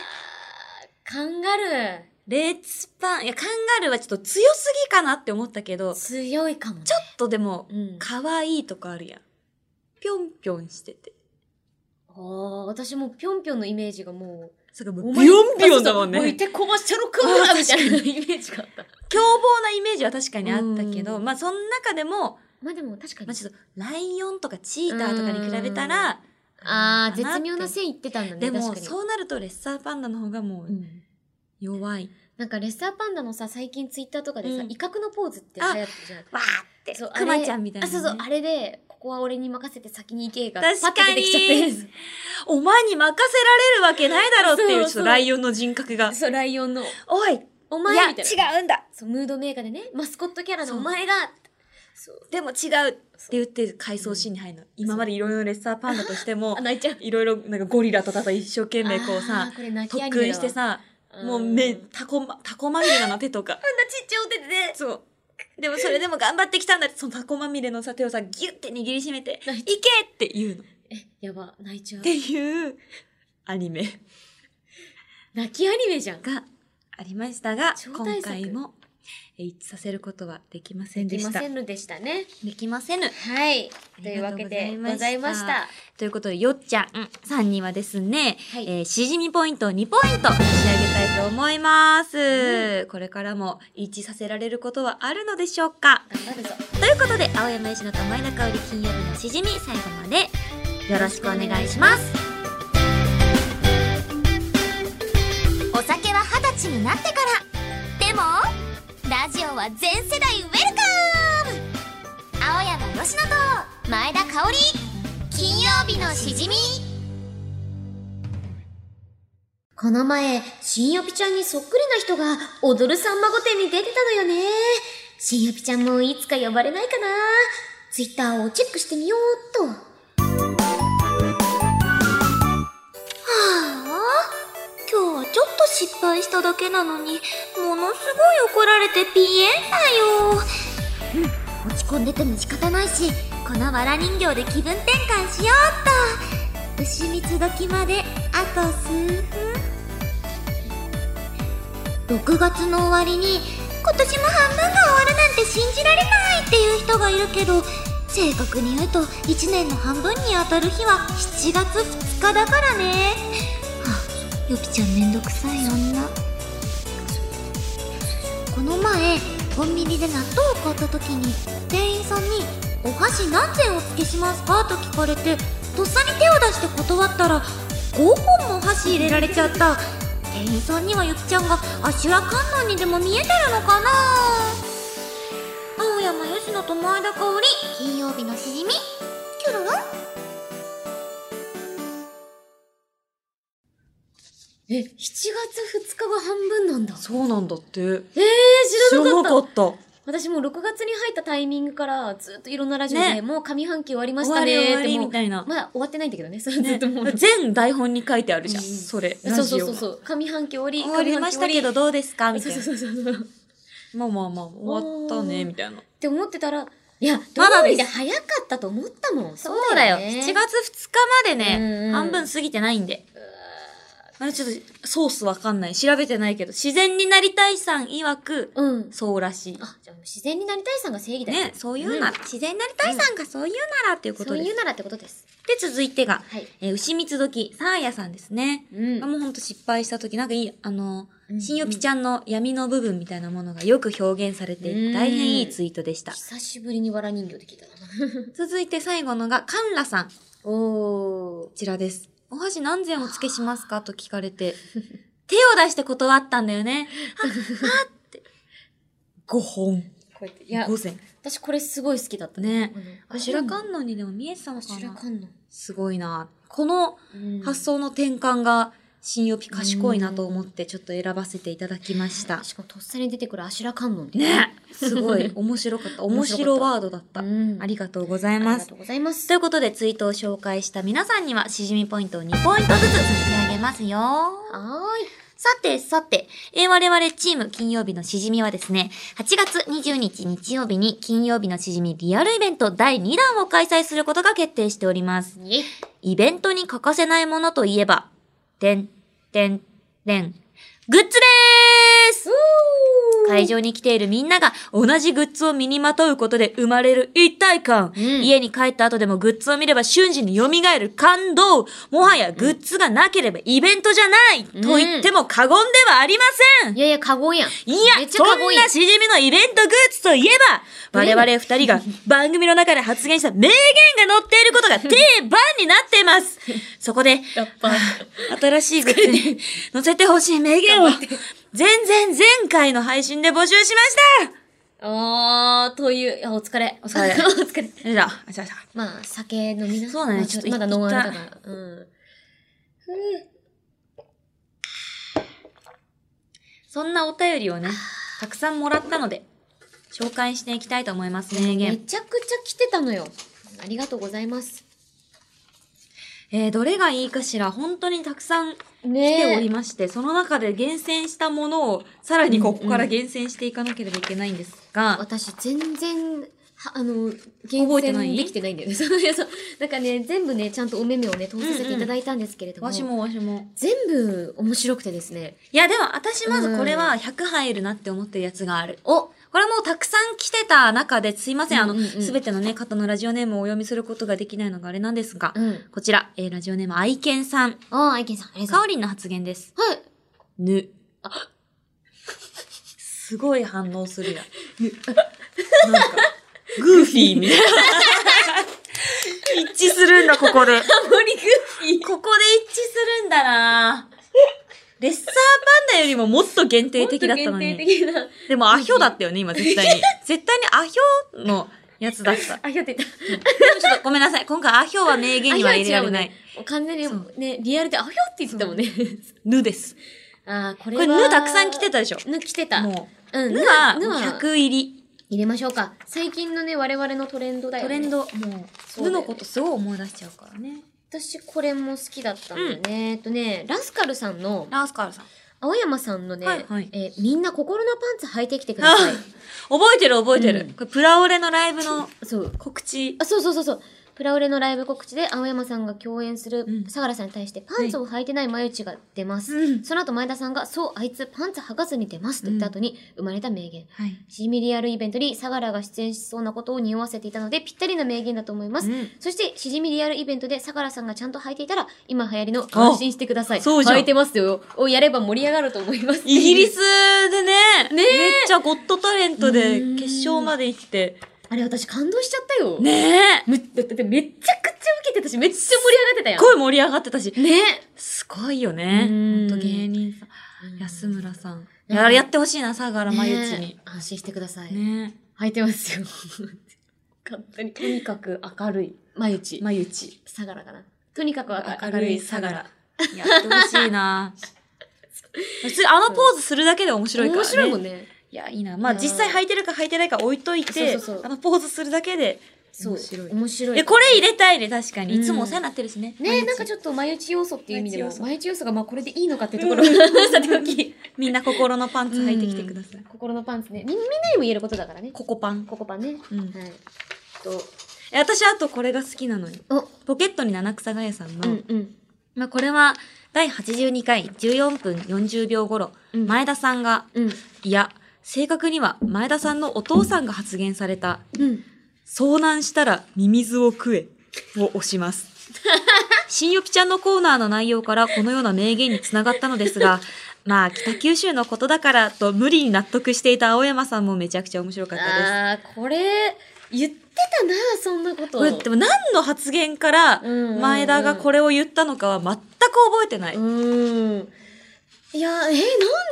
[SPEAKER 1] カンガルー、
[SPEAKER 2] レッツパン。いや、カンガルーはちょっと強すぎかなって思ったけど、ちょ
[SPEAKER 1] 強いかもね。ちょっ
[SPEAKER 2] っとでも、
[SPEAKER 1] うん
[SPEAKER 2] 可愛いとかあるやん。ぴょんぴょんしてて。
[SPEAKER 1] ああ、私もぴょんぴょんのイメージがもう、
[SPEAKER 2] それかも
[SPEAKER 1] お
[SPEAKER 2] う、
[SPEAKER 1] 前
[SPEAKER 2] ぴょんぴょんだも
[SPEAKER 1] そ
[SPEAKER 2] ん
[SPEAKER 1] うそう置い
[SPEAKER 2] ね。
[SPEAKER 1] てこぼしてろか
[SPEAKER 2] あー
[SPEAKER 1] みたいなイメージがあった。
[SPEAKER 2] 凶暴なイメージは確かにあったけ
[SPEAKER 1] う
[SPEAKER 2] ど、
[SPEAKER 1] ん
[SPEAKER 2] まあ、その中でも、
[SPEAKER 1] [laughs] まあでも確かに。
[SPEAKER 2] まあ、ちょっと、ライオンとかチーターとかに比べたら、
[SPEAKER 1] ああ、
[SPEAKER 2] れかな
[SPEAKER 1] 絶
[SPEAKER 2] って
[SPEAKER 1] 妙な線いってたんだね。
[SPEAKER 2] でも、
[SPEAKER 1] 確かに
[SPEAKER 2] そうなると、レッサーパンダの方がも
[SPEAKER 1] う
[SPEAKER 2] うん弱い。
[SPEAKER 1] なんかレッサーパンダのさ、最近ツイッターとかでさ、
[SPEAKER 2] うん
[SPEAKER 1] 威嚇のポーズって流行ってるじゃん。
[SPEAKER 2] わーって
[SPEAKER 1] そう、
[SPEAKER 2] クマちゃんみたいな
[SPEAKER 1] あ
[SPEAKER 2] ね、
[SPEAKER 1] そうそう、あれで、ここは俺に任せて先に行けが、
[SPEAKER 2] 確かに
[SPEAKER 1] パッと出てきちゃって。
[SPEAKER 2] お前に任せられるわけないだろうっていう、
[SPEAKER 1] そう
[SPEAKER 2] ちょ
[SPEAKER 1] そう
[SPEAKER 2] っとライオンの人格 [laughs] が。
[SPEAKER 1] そう、ライオンの、
[SPEAKER 2] おい
[SPEAKER 1] お
[SPEAKER 2] い
[SPEAKER 1] 前
[SPEAKER 2] や、
[SPEAKER 1] みたいな。
[SPEAKER 2] 違うんだ
[SPEAKER 1] そう、ムードメーカーでね、マスコットキャラの
[SPEAKER 2] そう
[SPEAKER 1] お前が、そう。
[SPEAKER 2] でも違うって言って回想シーンに入るの。今までいろいろレッサーパンダとしても
[SPEAKER 1] あ、、泣いちゃう。
[SPEAKER 2] [laughs] いろいろなんかゴリラとかさ、一生懸命こう
[SPEAKER 1] あ
[SPEAKER 2] さ
[SPEAKER 1] ー、これ泣きア
[SPEAKER 2] 特
[SPEAKER 1] ニメだ
[SPEAKER 2] 訓してさ、
[SPEAKER 1] わ
[SPEAKER 2] もう目、
[SPEAKER 1] ん
[SPEAKER 2] タコま、タコまみれなの手とか。
[SPEAKER 1] あんなちっちゃいお手でね、
[SPEAKER 2] そう。でもそれでも頑張ってきたんだって、そのタコまみれのさ、手をさ、ギュって握りしめて、
[SPEAKER 1] 泣
[SPEAKER 2] い
[SPEAKER 1] い
[SPEAKER 2] けって言うの。っ
[SPEAKER 1] え、やば、泣いちゃう。
[SPEAKER 2] ていうアニメ
[SPEAKER 1] 泣きアニメじゃん。
[SPEAKER 2] がありましたが、
[SPEAKER 1] 超大作
[SPEAKER 2] 今回もえー一致させることはできません
[SPEAKER 1] で
[SPEAKER 2] で
[SPEAKER 1] きま
[SPEAKER 2] した
[SPEAKER 1] せ。んでしたね。
[SPEAKER 2] できませぬ。
[SPEAKER 1] はい。
[SPEAKER 2] あ
[SPEAKER 1] という
[SPEAKER 2] り
[SPEAKER 1] わ
[SPEAKER 2] がと
[SPEAKER 1] け
[SPEAKER 2] うご
[SPEAKER 1] で
[SPEAKER 2] ざいま
[SPEAKER 1] ご
[SPEAKER 2] した
[SPEAKER 1] ざいました。
[SPEAKER 2] ということで、よっちゃんさんにはですね、
[SPEAKER 1] はい
[SPEAKER 2] えーしじみポイントを2ポイント差し上げたいと思います。これからも一致させられることはあるのでしょうか
[SPEAKER 1] 頑張るぞ。
[SPEAKER 2] ということで、青山由志のと前田香織金曜日のしじみ最後までよろしくお願いします。
[SPEAKER 3] お酒は二十歳になってからでもラジオは全世代ウェルカム青山吉乃と前田香織金曜日のしじみ
[SPEAKER 1] この前、新よぴちゃんにそっくりな人が踊るさんま御殿に出てたのよね。新よぴちゃんもいつか呼ばれないかな。ツイッターをチェックしてみようっと。はあ、今日はちょっと失敗しただけなのに、ものすごい怒られてピエンだよ。
[SPEAKER 3] 落ち込んでても仕方ないしこのわら人形で気分転換しようっと牛蜜時まであと数分6月の終わりに今年も半分が終わるなんて信じられないっていう人がいるけど正確に言うと1年の半分に当たる日は7月2日だからねはあよぴちゃんめんどくさい女この前コンビニで納豆を買った時に店員さんに「お箸何膳お付けしますか?」と聞かれてとっさに手を出して断ったら5本もお箸入れられちゃった店員さんにはゆきちゃんが足裏観音にでも見えてるのかな青山吉野と前田香織金曜日のしじみキュルルン
[SPEAKER 1] え、7月2日が半分なんだ。
[SPEAKER 2] そうなんだって。
[SPEAKER 1] えー、知らなかった。
[SPEAKER 2] った。
[SPEAKER 1] 私もう6月に入ったタイミングからずっといろんなラジオで、
[SPEAKER 2] ね
[SPEAKER 1] もう上半期終わりまし
[SPEAKER 2] 終
[SPEAKER 1] た
[SPEAKER 2] わ
[SPEAKER 1] ね
[SPEAKER 2] り
[SPEAKER 1] ーって
[SPEAKER 2] 終わり
[SPEAKER 1] もう
[SPEAKER 2] みたいな。
[SPEAKER 1] まだ終わってないんだけどね、それずっともう。
[SPEAKER 2] [laughs] 全台本に書いてあるじゃん。
[SPEAKER 1] うん
[SPEAKER 2] それ。
[SPEAKER 1] そうそうそう
[SPEAKER 2] ラジ
[SPEAKER 1] そ
[SPEAKER 2] オ
[SPEAKER 1] う。上半期終わり、
[SPEAKER 2] 終わりましたけ
[SPEAKER 1] 上半
[SPEAKER 2] ど
[SPEAKER 1] 期終わ
[SPEAKER 2] どうですか
[SPEAKER 1] り
[SPEAKER 2] み
[SPEAKER 1] そ
[SPEAKER 2] た
[SPEAKER 1] う
[SPEAKER 2] いな。
[SPEAKER 1] そうそうそう。っ
[SPEAKER 2] まあまあまあ、終わったね、みたいな。
[SPEAKER 1] て思ってたら、いや、ど
[SPEAKER 2] まだ
[SPEAKER 1] う
[SPEAKER 2] です
[SPEAKER 1] りで早かったと思ったもん。そ
[SPEAKER 2] そうだよ。7
[SPEAKER 1] ね
[SPEAKER 2] 月2日まで
[SPEAKER 1] うんう
[SPEAKER 2] ね、
[SPEAKER 1] ん
[SPEAKER 2] 半分過ぎてないんで。あれちょっと、ソースわかんない。調べてないけど、自然になりたいさん曰く、
[SPEAKER 1] うん。
[SPEAKER 2] そうらしい。
[SPEAKER 1] あ、じゃあ自然になりたいさんが正義だよ。
[SPEAKER 2] ね、そういうなら、自然になりたいさんがそういうならっていうこ
[SPEAKER 1] そ
[SPEAKER 2] と
[SPEAKER 1] う
[SPEAKER 2] で
[SPEAKER 1] い
[SPEAKER 2] す。
[SPEAKER 1] うならってことです。
[SPEAKER 2] で、続いてが、
[SPEAKER 1] はい。
[SPEAKER 2] えー牛蜜時、サーヤさんですね。
[SPEAKER 1] うん
[SPEAKER 2] あもうほんと失敗した時、なんかいい、あの
[SPEAKER 1] う、ん
[SPEAKER 2] 新よぴちゃんの闇の部分みたいなものがよく表現されて、
[SPEAKER 1] うん
[SPEAKER 2] 大変いいツイートでした。
[SPEAKER 1] 久しぶりにわら人形で聞いたな。
[SPEAKER 2] 続いて最後のが、カンラさん。こ
[SPEAKER 1] おー。
[SPEAKER 2] ちらです。お箸何膳お付けしますかと聞かれ [laughs] て、手を出して断ったんだよね。あ、あって。5本。
[SPEAKER 1] こうやって。いや、
[SPEAKER 2] 5膳。
[SPEAKER 1] 私これすごい好きだった。
[SPEAKER 2] ね。
[SPEAKER 1] あの
[SPEAKER 2] 白観音にでも見えてたのか
[SPEAKER 1] 白
[SPEAKER 2] な
[SPEAKER 1] 観音。
[SPEAKER 2] すごいな。この
[SPEAKER 1] うん
[SPEAKER 2] 発想の転換が、新予備賢いなと思って、ちょっと選ばせていただきました。
[SPEAKER 1] しかもとっさに出てくるアシラ観音って。
[SPEAKER 2] ね [laughs] すごい面白かった。面
[SPEAKER 1] 面白
[SPEAKER 2] 白
[SPEAKER 1] か
[SPEAKER 2] ワードだった。
[SPEAKER 1] うん
[SPEAKER 2] ありがとうござ
[SPEAKER 1] あ
[SPEAKER 2] い
[SPEAKER 1] り
[SPEAKER 2] ま
[SPEAKER 1] が
[SPEAKER 2] す
[SPEAKER 1] と。うございます。
[SPEAKER 2] ということで、ツイートを紹介した皆さんには、しじみポイントを2ポイントずつ差し上げますよ。
[SPEAKER 1] は
[SPEAKER 2] さて、さて、えー我々チーム金曜日のしじみはですね、8月20日日曜日に金曜日のしじみリアルイベント第2弾を開催することが決定しております。
[SPEAKER 1] ーい。イェイ
[SPEAKER 2] イベントに欠かせないものといえば、てん、てん、てん、グッズでーす会場に来ているみんなが同じグッズを身にまとうことで生まれる一体感、
[SPEAKER 1] ん
[SPEAKER 2] 家に帰った後でもグッズを見れば瞬時に蘇る感動もはやグッズがなければイベントじゃない、
[SPEAKER 1] ん
[SPEAKER 2] と言っても過言ではありません
[SPEAKER 1] いやいや、カゴンやん。
[SPEAKER 2] いや
[SPEAKER 1] めっ、ちゃ
[SPEAKER 2] そ
[SPEAKER 1] カゴン
[SPEAKER 2] ん
[SPEAKER 1] やん
[SPEAKER 2] な。しじみのイベントグッズといえば、
[SPEAKER 1] ど
[SPEAKER 2] 我
[SPEAKER 1] れ
[SPEAKER 2] 々二人
[SPEAKER 1] [laughs]
[SPEAKER 2] が番組の中で発言した名言が載っていることが定番になっています。
[SPEAKER 1] [laughs]
[SPEAKER 2] そこで、
[SPEAKER 1] やっぱ。
[SPEAKER 2] 新しいグッズに載せてほしい名言を、全然前回の配信で募集しました
[SPEAKER 1] あー、という、いや、お疲れ。 [laughs] お
[SPEAKER 2] 疲れ
[SPEAKER 1] お疲れ。
[SPEAKER 2] よいしょよいしょよいしょ
[SPEAKER 1] まあ、酒飲みな
[SPEAKER 2] そうだね
[SPEAKER 1] まあちょっ
[SPEAKER 2] ち
[SPEAKER 1] と
[SPEAKER 2] ょっ
[SPEAKER 1] ま
[SPEAKER 2] と
[SPEAKER 1] だ
[SPEAKER 2] い
[SPEAKER 1] ノンアルだから。うん。
[SPEAKER 2] そんなお便りをね、たくさんもらったので、紹介していきたいと思います、名
[SPEAKER 1] め
[SPEAKER 2] 言。
[SPEAKER 1] ちゃくちゃ来てたのよ。ありがとうございます。
[SPEAKER 2] えー、どれがいいかしら、本当にたくさん来て
[SPEAKER 1] ね
[SPEAKER 2] おりまして、その中で厳選したものを、さらにここから厳選していかなければいけないんですが、
[SPEAKER 1] 私、全然、はあの、
[SPEAKER 2] え
[SPEAKER 1] 厳
[SPEAKER 2] てない
[SPEAKER 1] 選できてないんだよね。そうい [laughs] やそうなんかね、全部ね、ちゃんとお目目をね、通させていただいたんですけれども。
[SPEAKER 2] わしもわしも。
[SPEAKER 1] 全部面白くてですね。
[SPEAKER 2] いや、でも私まずこれは100入るなって思ってるやつがある。
[SPEAKER 1] お
[SPEAKER 2] これはもうたくさん来てた中ですいません。あの、
[SPEAKER 1] うんうんうん
[SPEAKER 2] すべてのね、方のラジオネームをお読みすることができないのがあれなんですが、
[SPEAKER 1] うん。
[SPEAKER 2] こちら、えーラジオネーム愛犬さん。
[SPEAKER 1] あー、愛犬さん、ありがとう
[SPEAKER 2] かおりんの発言です。
[SPEAKER 1] ございます。はい。
[SPEAKER 2] ぬ。すごい反応するやん。なんか、グーフィーみたいな。一致するんだ、ここ
[SPEAKER 1] [laughs]
[SPEAKER 2] で。ここで一致するんだなレッサーパンダよりももっと限定的だったの
[SPEAKER 1] 本当
[SPEAKER 2] に。
[SPEAKER 1] 限定的な。
[SPEAKER 2] でも、アヒョだったよね、今、絶対 [laughs] に。絶対にアヒョのやつだった。
[SPEAKER 1] [laughs] あ、ひょって言った。
[SPEAKER 2] ちょっとごめんなさい。今回、アヒョは名言には入れられな
[SPEAKER 1] あひょは違うね。。
[SPEAKER 2] い
[SPEAKER 1] もう完全に
[SPEAKER 2] そ
[SPEAKER 1] ね、リアルで、あひょって言ってたもんね。
[SPEAKER 2] ぬです。
[SPEAKER 1] あーこれ
[SPEAKER 2] こ
[SPEAKER 1] は
[SPEAKER 2] れ、ぬたくさん来てたでしょ。
[SPEAKER 1] ぬ来てた。
[SPEAKER 2] も
[SPEAKER 1] う
[SPEAKER 2] う。
[SPEAKER 1] ん、
[SPEAKER 2] ぬは、
[SPEAKER 1] ぬは
[SPEAKER 2] 100入り。
[SPEAKER 1] 入れましょうか。最近のね、我々のトレンドだよ
[SPEAKER 2] ト
[SPEAKER 1] ね。
[SPEAKER 2] レン。ド、もう、
[SPEAKER 1] そうだ
[SPEAKER 2] ぬ
[SPEAKER 1] よね
[SPEAKER 2] のことすごい思い出しちゃうからね。
[SPEAKER 1] 私、これも好きだったんだよね。えっとね、ラスカルさんの、
[SPEAKER 2] ラースカールさん。
[SPEAKER 1] 青山さんのね、
[SPEAKER 2] はいはい
[SPEAKER 1] えーみんな心のパンツ履いてきてくだ
[SPEAKER 2] [laughs] あ
[SPEAKER 1] さい。
[SPEAKER 2] 覚えてる覚えてる。
[SPEAKER 1] うん
[SPEAKER 2] これ、プラオレのライブの
[SPEAKER 1] そう。
[SPEAKER 2] 告知。
[SPEAKER 1] あ、そうそうそうそう。プラウレのライブ告知で青山さんが共演する
[SPEAKER 2] うん
[SPEAKER 1] 相良さんに対してパンツを履いてない眉打ちが出ます。
[SPEAKER 2] うん
[SPEAKER 1] その後前田さんが、そう、あいつパンツ履かずに出ますと言った後に生まれた名言。
[SPEAKER 2] はい。
[SPEAKER 1] シミリアルイベントに相良が出演しそうなことを匂わせていたのでぴったりな名言だと思います。
[SPEAKER 2] うん
[SPEAKER 1] そして、しじみリアルイベントで相良さんがちゃんと履いていたら、今流行りの安心してください。
[SPEAKER 2] そうじゃん
[SPEAKER 1] 履いてますよ。をやれば盛り上がると思います。
[SPEAKER 2] イギリスでね、
[SPEAKER 1] ねえ
[SPEAKER 2] めっちゃゴッドタレントで
[SPEAKER 1] うん
[SPEAKER 2] 決勝まで行って、
[SPEAKER 1] [laughs] あれ私感動しちゃったよ。
[SPEAKER 2] ねえ、
[SPEAKER 1] むだってめっちゃくちゃ受けてたし、めっちゃ盛り上がってたや
[SPEAKER 2] す
[SPEAKER 1] ん。
[SPEAKER 2] ごい盛り上がってたし、
[SPEAKER 1] ね
[SPEAKER 2] すごいよね。
[SPEAKER 1] うん
[SPEAKER 2] ほんと芸人さん、安村さん。や
[SPEAKER 1] うん
[SPEAKER 2] やってほしいな、相良真由ち
[SPEAKER 1] ね
[SPEAKER 2] に。
[SPEAKER 1] 安心してください。
[SPEAKER 2] ね
[SPEAKER 1] 履いてますよ。 [laughs] 簡単に。
[SPEAKER 2] とにかく明るい、
[SPEAKER 1] まゆち。
[SPEAKER 2] 真由ち。
[SPEAKER 1] 相良かな。とにかく
[SPEAKER 2] 明
[SPEAKER 1] 明
[SPEAKER 2] る
[SPEAKER 1] る
[SPEAKER 2] い
[SPEAKER 1] い
[SPEAKER 2] 相
[SPEAKER 1] 相
[SPEAKER 2] 良。
[SPEAKER 1] 良
[SPEAKER 2] やってほし
[SPEAKER 1] [laughs]
[SPEAKER 2] いな。普通、あのポーズするだけで面白いからね。
[SPEAKER 1] 面白いもんね。
[SPEAKER 2] いや、いいな。まあ、
[SPEAKER 1] いやー
[SPEAKER 2] 実際履いてるか履いてないか置いとい
[SPEAKER 1] そう
[SPEAKER 2] て
[SPEAKER 1] そうそう、
[SPEAKER 2] あの、ポーズするだけで
[SPEAKER 1] そう。
[SPEAKER 2] 面白い
[SPEAKER 1] 面白い。
[SPEAKER 2] え、これ入れたいね、確かに。
[SPEAKER 1] うん
[SPEAKER 2] いつもお世話になってるしね。
[SPEAKER 1] ねなんかちょっと前打ち要素っていう意味でも
[SPEAKER 2] 前打ち要、素
[SPEAKER 1] 前打ち要素がまあこれでいいのかっていうところ
[SPEAKER 2] う
[SPEAKER 1] が、
[SPEAKER 2] さておき、みんな心のパンツ履いてきてください。
[SPEAKER 1] [laughs] 心のパンツね。み、みんなにも言えることだからね。
[SPEAKER 2] ココパン。
[SPEAKER 1] ここパンね。
[SPEAKER 2] うん。
[SPEAKER 1] はい。と、
[SPEAKER 2] え私、あとこれが好きなのよ。
[SPEAKER 1] お、
[SPEAKER 2] ポケットに七草がやさん
[SPEAKER 1] う
[SPEAKER 2] の、
[SPEAKER 1] んうん。
[SPEAKER 2] まあ、これは、第82回14分40秒頃、
[SPEAKER 1] うん
[SPEAKER 2] 前田さんが、
[SPEAKER 1] うん。
[SPEAKER 2] いや、正確には前田さんのお父さんが発言された、
[SPEAKER 1] うん。
[SPEAKER 2] 遭難したらミミズを食えを押
[SPEAKER 1] [laughs]
[SPEAKER 2] します。新よぴちゃんのコーナーの内容からこのような名言につながったのですが、 [laughs] まあ北九州のことだからと無理に納得していた青山さんもめちゃくちゃ面白かったで
[SPEAKER 1] あー、これ、言ってたな、そんなこ
[SPEAKER 2] す。
[SPEAKER 1] と。
[SPEAKER 2] これでも何の発言から
[SPEAKER 1] うんうんうん
[SPEAKER 2] 前田がこれを言ったのかは全く覚えてない。
[SPEAKER 1] う
[SPEAKER 2] こ
[SPEAKER 1] ーん。いや、えー、なん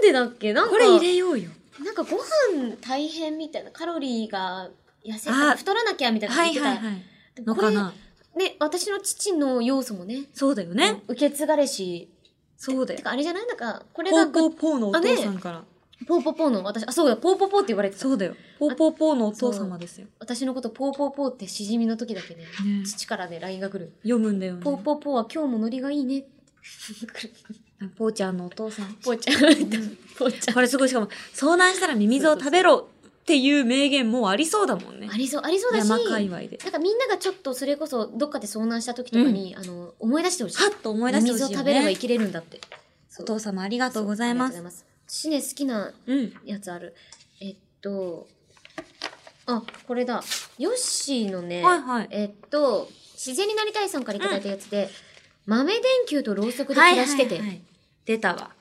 [SPEAKER 1] でだっけなんか、
[SPEAKER 2] れ入れようよ。
[SPEAKER 1] なんかご飯大変みたいな、カロリーが痩せた
[SPEAKER 2] あ
[SPEAKER 1] 太らなきゃみたいなこと
[SPEAKER 2] は
[SPEAKER 1] 言っ
[SPEAKER 2] い
[SPEAKER 1] てた。
[SPEAKER 2] はいはい。
[SPEAKER 1] でも
[SPEAKER 2] の
[SPEAKER 1] こ
[SPEAKER 2] か
[SPEAKER 1] れ
[SPEAKER 2] な
[SPEAKER 1] ね、私の父の要素もね、
[SPEAKER 2] そうだよね。
[SPEAKER 1] 受け継がれし、
[SPEAKER 2] そうだよ
[SPEAKER 1] て。かあれじゃないなんか、これが
[SPEAKER 2] ポー
[SPEAKER 1] ぐ、
[SPEAKER 2] ポーポーのお父さんから。
[SPEAKER 1] ポーポーポーの私、あ、そうだ、ポーポーポーって言われてた
[SPEAKER 2] そ。うだよ。ポーポーポーのお父様ですよ。
[SPEAKER 1] 私のこと、ポーポーポーってしじみの時だけね、
[SPEAKER 2] ね
[SPEAKER 1] 父からね、LINE が来る。
[SPEAKER 2] 読むんだよね。
[SPEAKER 1] ポーポーポーは今日もノリがいい
[SPEAKER 2] [laughs]
[SPEAKER 1] ね。来る
[SPEAKER 2] ポーちゃんのお父さん。
[SPEAKER 1] ポーちゃん、ポーちゃん。
[SPEAKER 2] これすごい、しかも、遭難したらミミズを食べろっていう名言もうありそうだもんね
[SPEAKER 1] あ。りそう、ありそうだし、
[SPEAKER 2] 山界
[SPEAKER 1] な
[SPEAKER 2] 隈で。
[SPEAKER 1] んかみんながちょっとそれこそどっかで遭難した時とかに、あの、思い出してほしい。
[SPEAKER 2] はっと思い出してほしい
[SPEAKER 1] 水を
[SPEAKER 2] よ、ね。
[SPEAKER 1] 食べれば生きれるんだって。
[SPEAKER 2] お父様ありがとうございま
[SPEAKER 1] ありがと
[SPEAKER 2] す。
[SPEAKER 1] うございます。私ね、好きな
[SPEAKER 2] うん。
[SPEAKER 1] やつある。えっと、あ、これだ。ヨッシーのね、
[SPEAKER 2] はいはい。
[SPEAKER 1] えっと、自然になりたいさんからいただいたやつで、豆電球とろうそくで暮らしてて。
[SPEAKER 2] はいはいはい出たわ。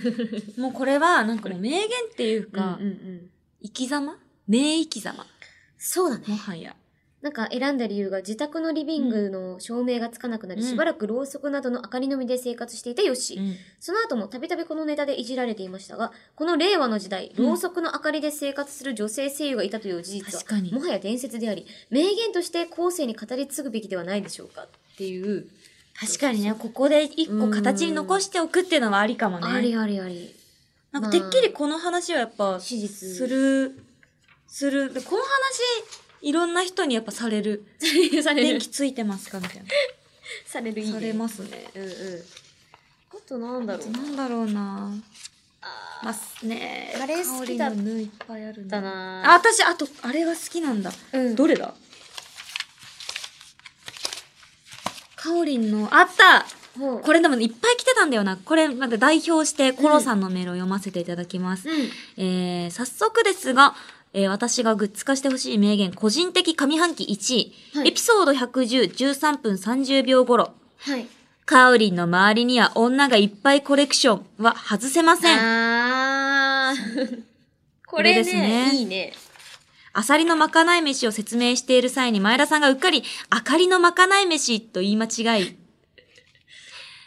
[SPEAKER 2] [laughs] もうこれは、なんかもう名言ってい
[SPEAKER 1] うん
[SPEAKER 2] う
[SPEAKER 1] うん
[SPEAKER 2] か
[SPEAKER 1] う、ん。
[SPEAKER 2] 生き様名生き様。
[SPEAKER 1] そうだね。
[SPEAKER 2] もはや。
[SPEAKER 1] なんか選んだ理由が自宅のリビングの照明がつかなくなり、
[SPEAKER 2] うん
[SPEAKER 1] しばらくろうそくなどの明かりのみで生活していたヨッシー。
[SPEAKER 2] うん
[SPEAKER 1] その後もたびたびこのネタでいじられていましたが、この令和の時代、
[SPEAKER 2] うん
[SPEAKER 1] ろうそくの明かりで生活する女性声優がいたという事実は、
[SPEAKER 2] 確かに
[SPEAKER 1] もはや伝説であり、名言として後世に語り継ぐべきではないでしょうかっていう。
[SPEAKER 2] 確かにね、ここで一個形に残しておくっていうのはありかも
[SPEAKER 1] あり
[SPEAKER 2] ね。
[SPEAKER 1] ありあり。
[SPEAKER 2] なんかてっきりこの話はやっぱ、
[SPEAKER 1] 史実。
[SPEAKER 2] する、する。でこの話、いろんな人にやっぱされる。
[SPEAKER 1] され
[SPEAKER 2] 電
[SPEAKER 1] る。
[SPEAKER 2] 気ついてますかみたいな。
[SPEAKER 1] [laughs] されるいい、ね。
[SPEAKER 2] されますね。
[SPEAKER 1] うんうん。あとなんだろう。
[SPEAKER 2] なんだろうな
[SPEAKER 1] あ
[SPEAKER 2] まあすね
[SPEAKER 1] あれ好きだ
[SPEAKER 2] 香りの縫いっぱいある
[SPEAKER 1] ー
[SPEAKER 2] ん
[SPEAKER 1] だ
[SPEAKER 2] だ。
[SPEAKER 1] な
[SPEAKER 2] あ、私、あと、あれが好きなんだ。
[SPEAKER 1] うん。
[SPEAKER 2] どれだかおりんの、あった
[SPEAKER 1] ほう
[SPEAKER 2] これでもいっぱい来てたんだよな。これ、また代表して、コロさんのメールを読ませていただきます。
[SPEAKER 1] うん。
[SPEAKER 2] えー、早速ですが、えー私がグッズ化してほしい名言、個人的上半期1位、
[SPEAKER 1] はい
[SPEAKER 2] エピソード110、13分30秒頃、
[SPEAKER 1] はい。
[SPEAKER 2] カオリンの周りには女がいっぱいコレクションは外せません。
[SPEAKER 1] あー。 [laughs] こ
[SPEAKER 2] れ
[SPEAKER 1] れ
[SPEAKER 2] ですね
[SPEAKER 1] ね、いいね。
[SPEAKER 2] アサリのまかない飯を説明している際に前田さんがうっかり、あかりのまかない飯と言い間違い。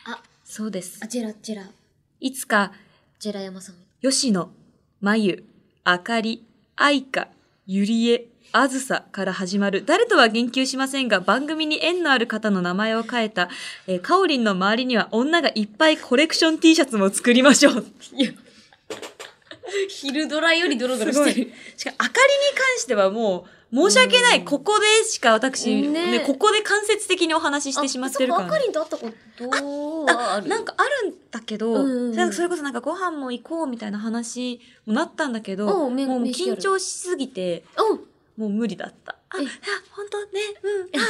[SPEAKER 1] あ、
[SPEAKER 2] そうです
[SPEAKER 1] あ、。ジェラ、ジェラ、
[SPEAKER 2] いつか、
[SPEAKER 1] ジェラ山さん。
[SPEAKER 2] 吉野、まゆ、あかり、あいか、ゆりえ、あずさから始まる、誰とは言及しませんが、番組に縁のある方の名前を変えた、えー、かおりんの周りには女がいっぱいコレクション T シャツも作りましょう。 [laughs]
[SPEAKER 1] いや、昼ドラよりドロドロ
[SPEAKER 2] す
[SPEAKER 1] し
[SPEAKER 2] ご
[SPEAKER 1] てる
[SPEAKER 2] い。。しかも、あかりに関してはもう、申し訳ない。ここでしか私、
[SPEAKER 1] ね
[SPEAKER 2] ねここで間接的にお話ししてしまってるか
[SPEAKER 1] あそっ
[SPEAKER 2] ら
[SPEAKER 1] か、あか
[SPEAKER 2] ね。
[SPEAKER 1] りんと会ったことはある。
[SPEAKER 2] なんかあるんだけど、
[SPEAKER 1] うんうんうん
[SPEAKER 2] それそれこそなんかご飯も行こうみたいな話もなったんだけど、
[SPEAKER 1] お
[SPEAKER 2] も
[SPEAKER 1] う
[SPEAKER 2] う
[SPEAKER 1] め面識あ
[SPEAKER 2] 緊
[SPEAKER 1] る
[SPEAKER 2] 張しすぎて、
[SPEAKER 1] うん。
[SPEAKER 2] もう無理だった。あ、あ
[SPEAKER 1] え
[SPEAKER 2] 本当ね、うん、あ、わ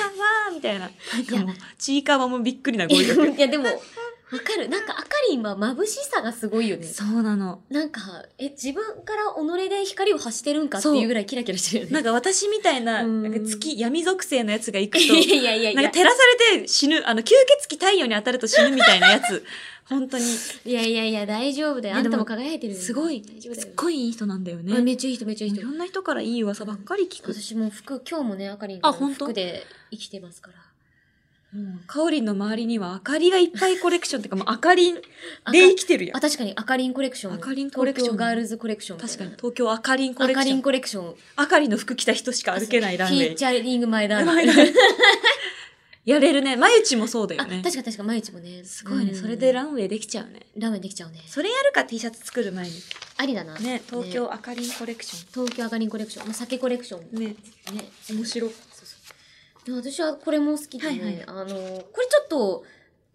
[SPEAKER 2] ー、みたいな。なんかもう、ちいかわもびっくりな声
[SPEAKER 1] [laughs]
[SPEAKER 2] が。
[SPEAKER 1] いや、でも、わかる。なんか、あかりんは眩しさがすごいよね。
[SPEAKER 2] [laughs] そうなの。
[SPEAKER 1] なんか、え、自分から己で光を発してるんかっていうぐらいキラキラしてるよね。
[SPEAKER 2] なんか私みたいな、
[SPEAKER 1] うん
[SPEAKER 2] なんか月、闇属性のやつが [laughs] 行く
[SPEAKER 1] い
[SPEAKER 2] と、
[SPEAKER 1] やいやいやい
[SPEAKER 2] なんか
[SPEAKER 1] や。
[SPEAKER 2] 照らされて死ぬ、あの、吸血鬼太陽に当たると死ぬみたいなやつ。 [laughs] 本当に。
[SPEAKER 1] いやいやいや、大丈夫だよ。
[SPEAKER 2] い
[SPEAKER 1] あ
[SPEAKER 2] やで
[SPEAKER 1] んた
[SPEAKER 2] も
[SPEAKER 1] も輝いてるよ
[SPEAKER 2] すごい、
[SPEAKER 1] 大丈夫だ
[SPEAKER 2] すっ
[SPEAKER 1] よ。
[SPEAKER 2] ごいいい人なんだよね。
[SPEAKER 1] あ
[SPEAKER 2] もう
[SPEAKER 1] めっちゃいい人、めっちゃいい
[SPEAKER 2] い
[SPEAKER 1] 人
[SPEAKER 2] ろ。んな人からいい噂ばっかり聞く。
[SPEAKER 1] 私もう服、今日もね、あかりんが
[SPEAKER 2] あ本当
[SPEAKER 1] 服で生きてますから。
[SPEAKER 2] もうかおりんの周りには明かりがいっぱいコレクションっていうか、もう明かりんで
[SPEAKER 1] あか
[SPEAKER 2] 生きてるや
[SPEAKER 1] あ、
[SPEAKER 2] ん。
[SPEAKER 1] 確かに、あかりんコレクション。
[SPEAKER 2] あかりんコレクション
[SPEAKER 1] 東京ガールズコレクションみたい
[SPEAKER 2] 確か
[SPEAKER 1] な。
[SPEAKER 2] に、東京明かりんコレ
[SPEAKER 1] あ
[SPEAKER 2] ク
[SPEAKER 1] か
[SPEAKER 2] シ
[SPEAKER 1] り
[SPEAKER 2] ョ
[SPEAKER 1] ん
[SPEAKER 2] ン。
[SPEAKER 1] コレクション。
[SPEAKER 2] 明かりの服着た人しか歩けないランウ
[SPEAKER 1] フィ
[SPEAKER 2] ェ
[SPEAKER 1] ー
[SPEAKER 2] イ。
[SPEAKER 1] チャリング前だ。
[SPEAKER 2] 前だ [laughs] やれるね。まゆちもそうだよ
[SPEAKER 1] あ、
[SPEAKER 2] ね
[SPEAKER 1] 確。か確か、毎日もね。
[SPEAKER 2] すごいね。それでラ
[SPEAKER 1] ン、
[SPEAKER 2] ンウェイできちゃうね。
[SPEAKER 1] ラーメンできちゃうね。
[SPEAKER 2] それやるか T シャツ作る前に。
[SPEAKER 1] ありだな。
[SPEAKER 2] ね、東京明かりんコレクショ
[SPEAKER 1] 東京あかりんコレクション。まあ、酒コレクション。ね。
[SPEAKER 2] ン。ね、面白い。
[SPEAKER 1] そうそういや私はこれも好きで、ね
[SPEAKER 2] はいはい。
[SPEAKER 1] あの、これちょっと、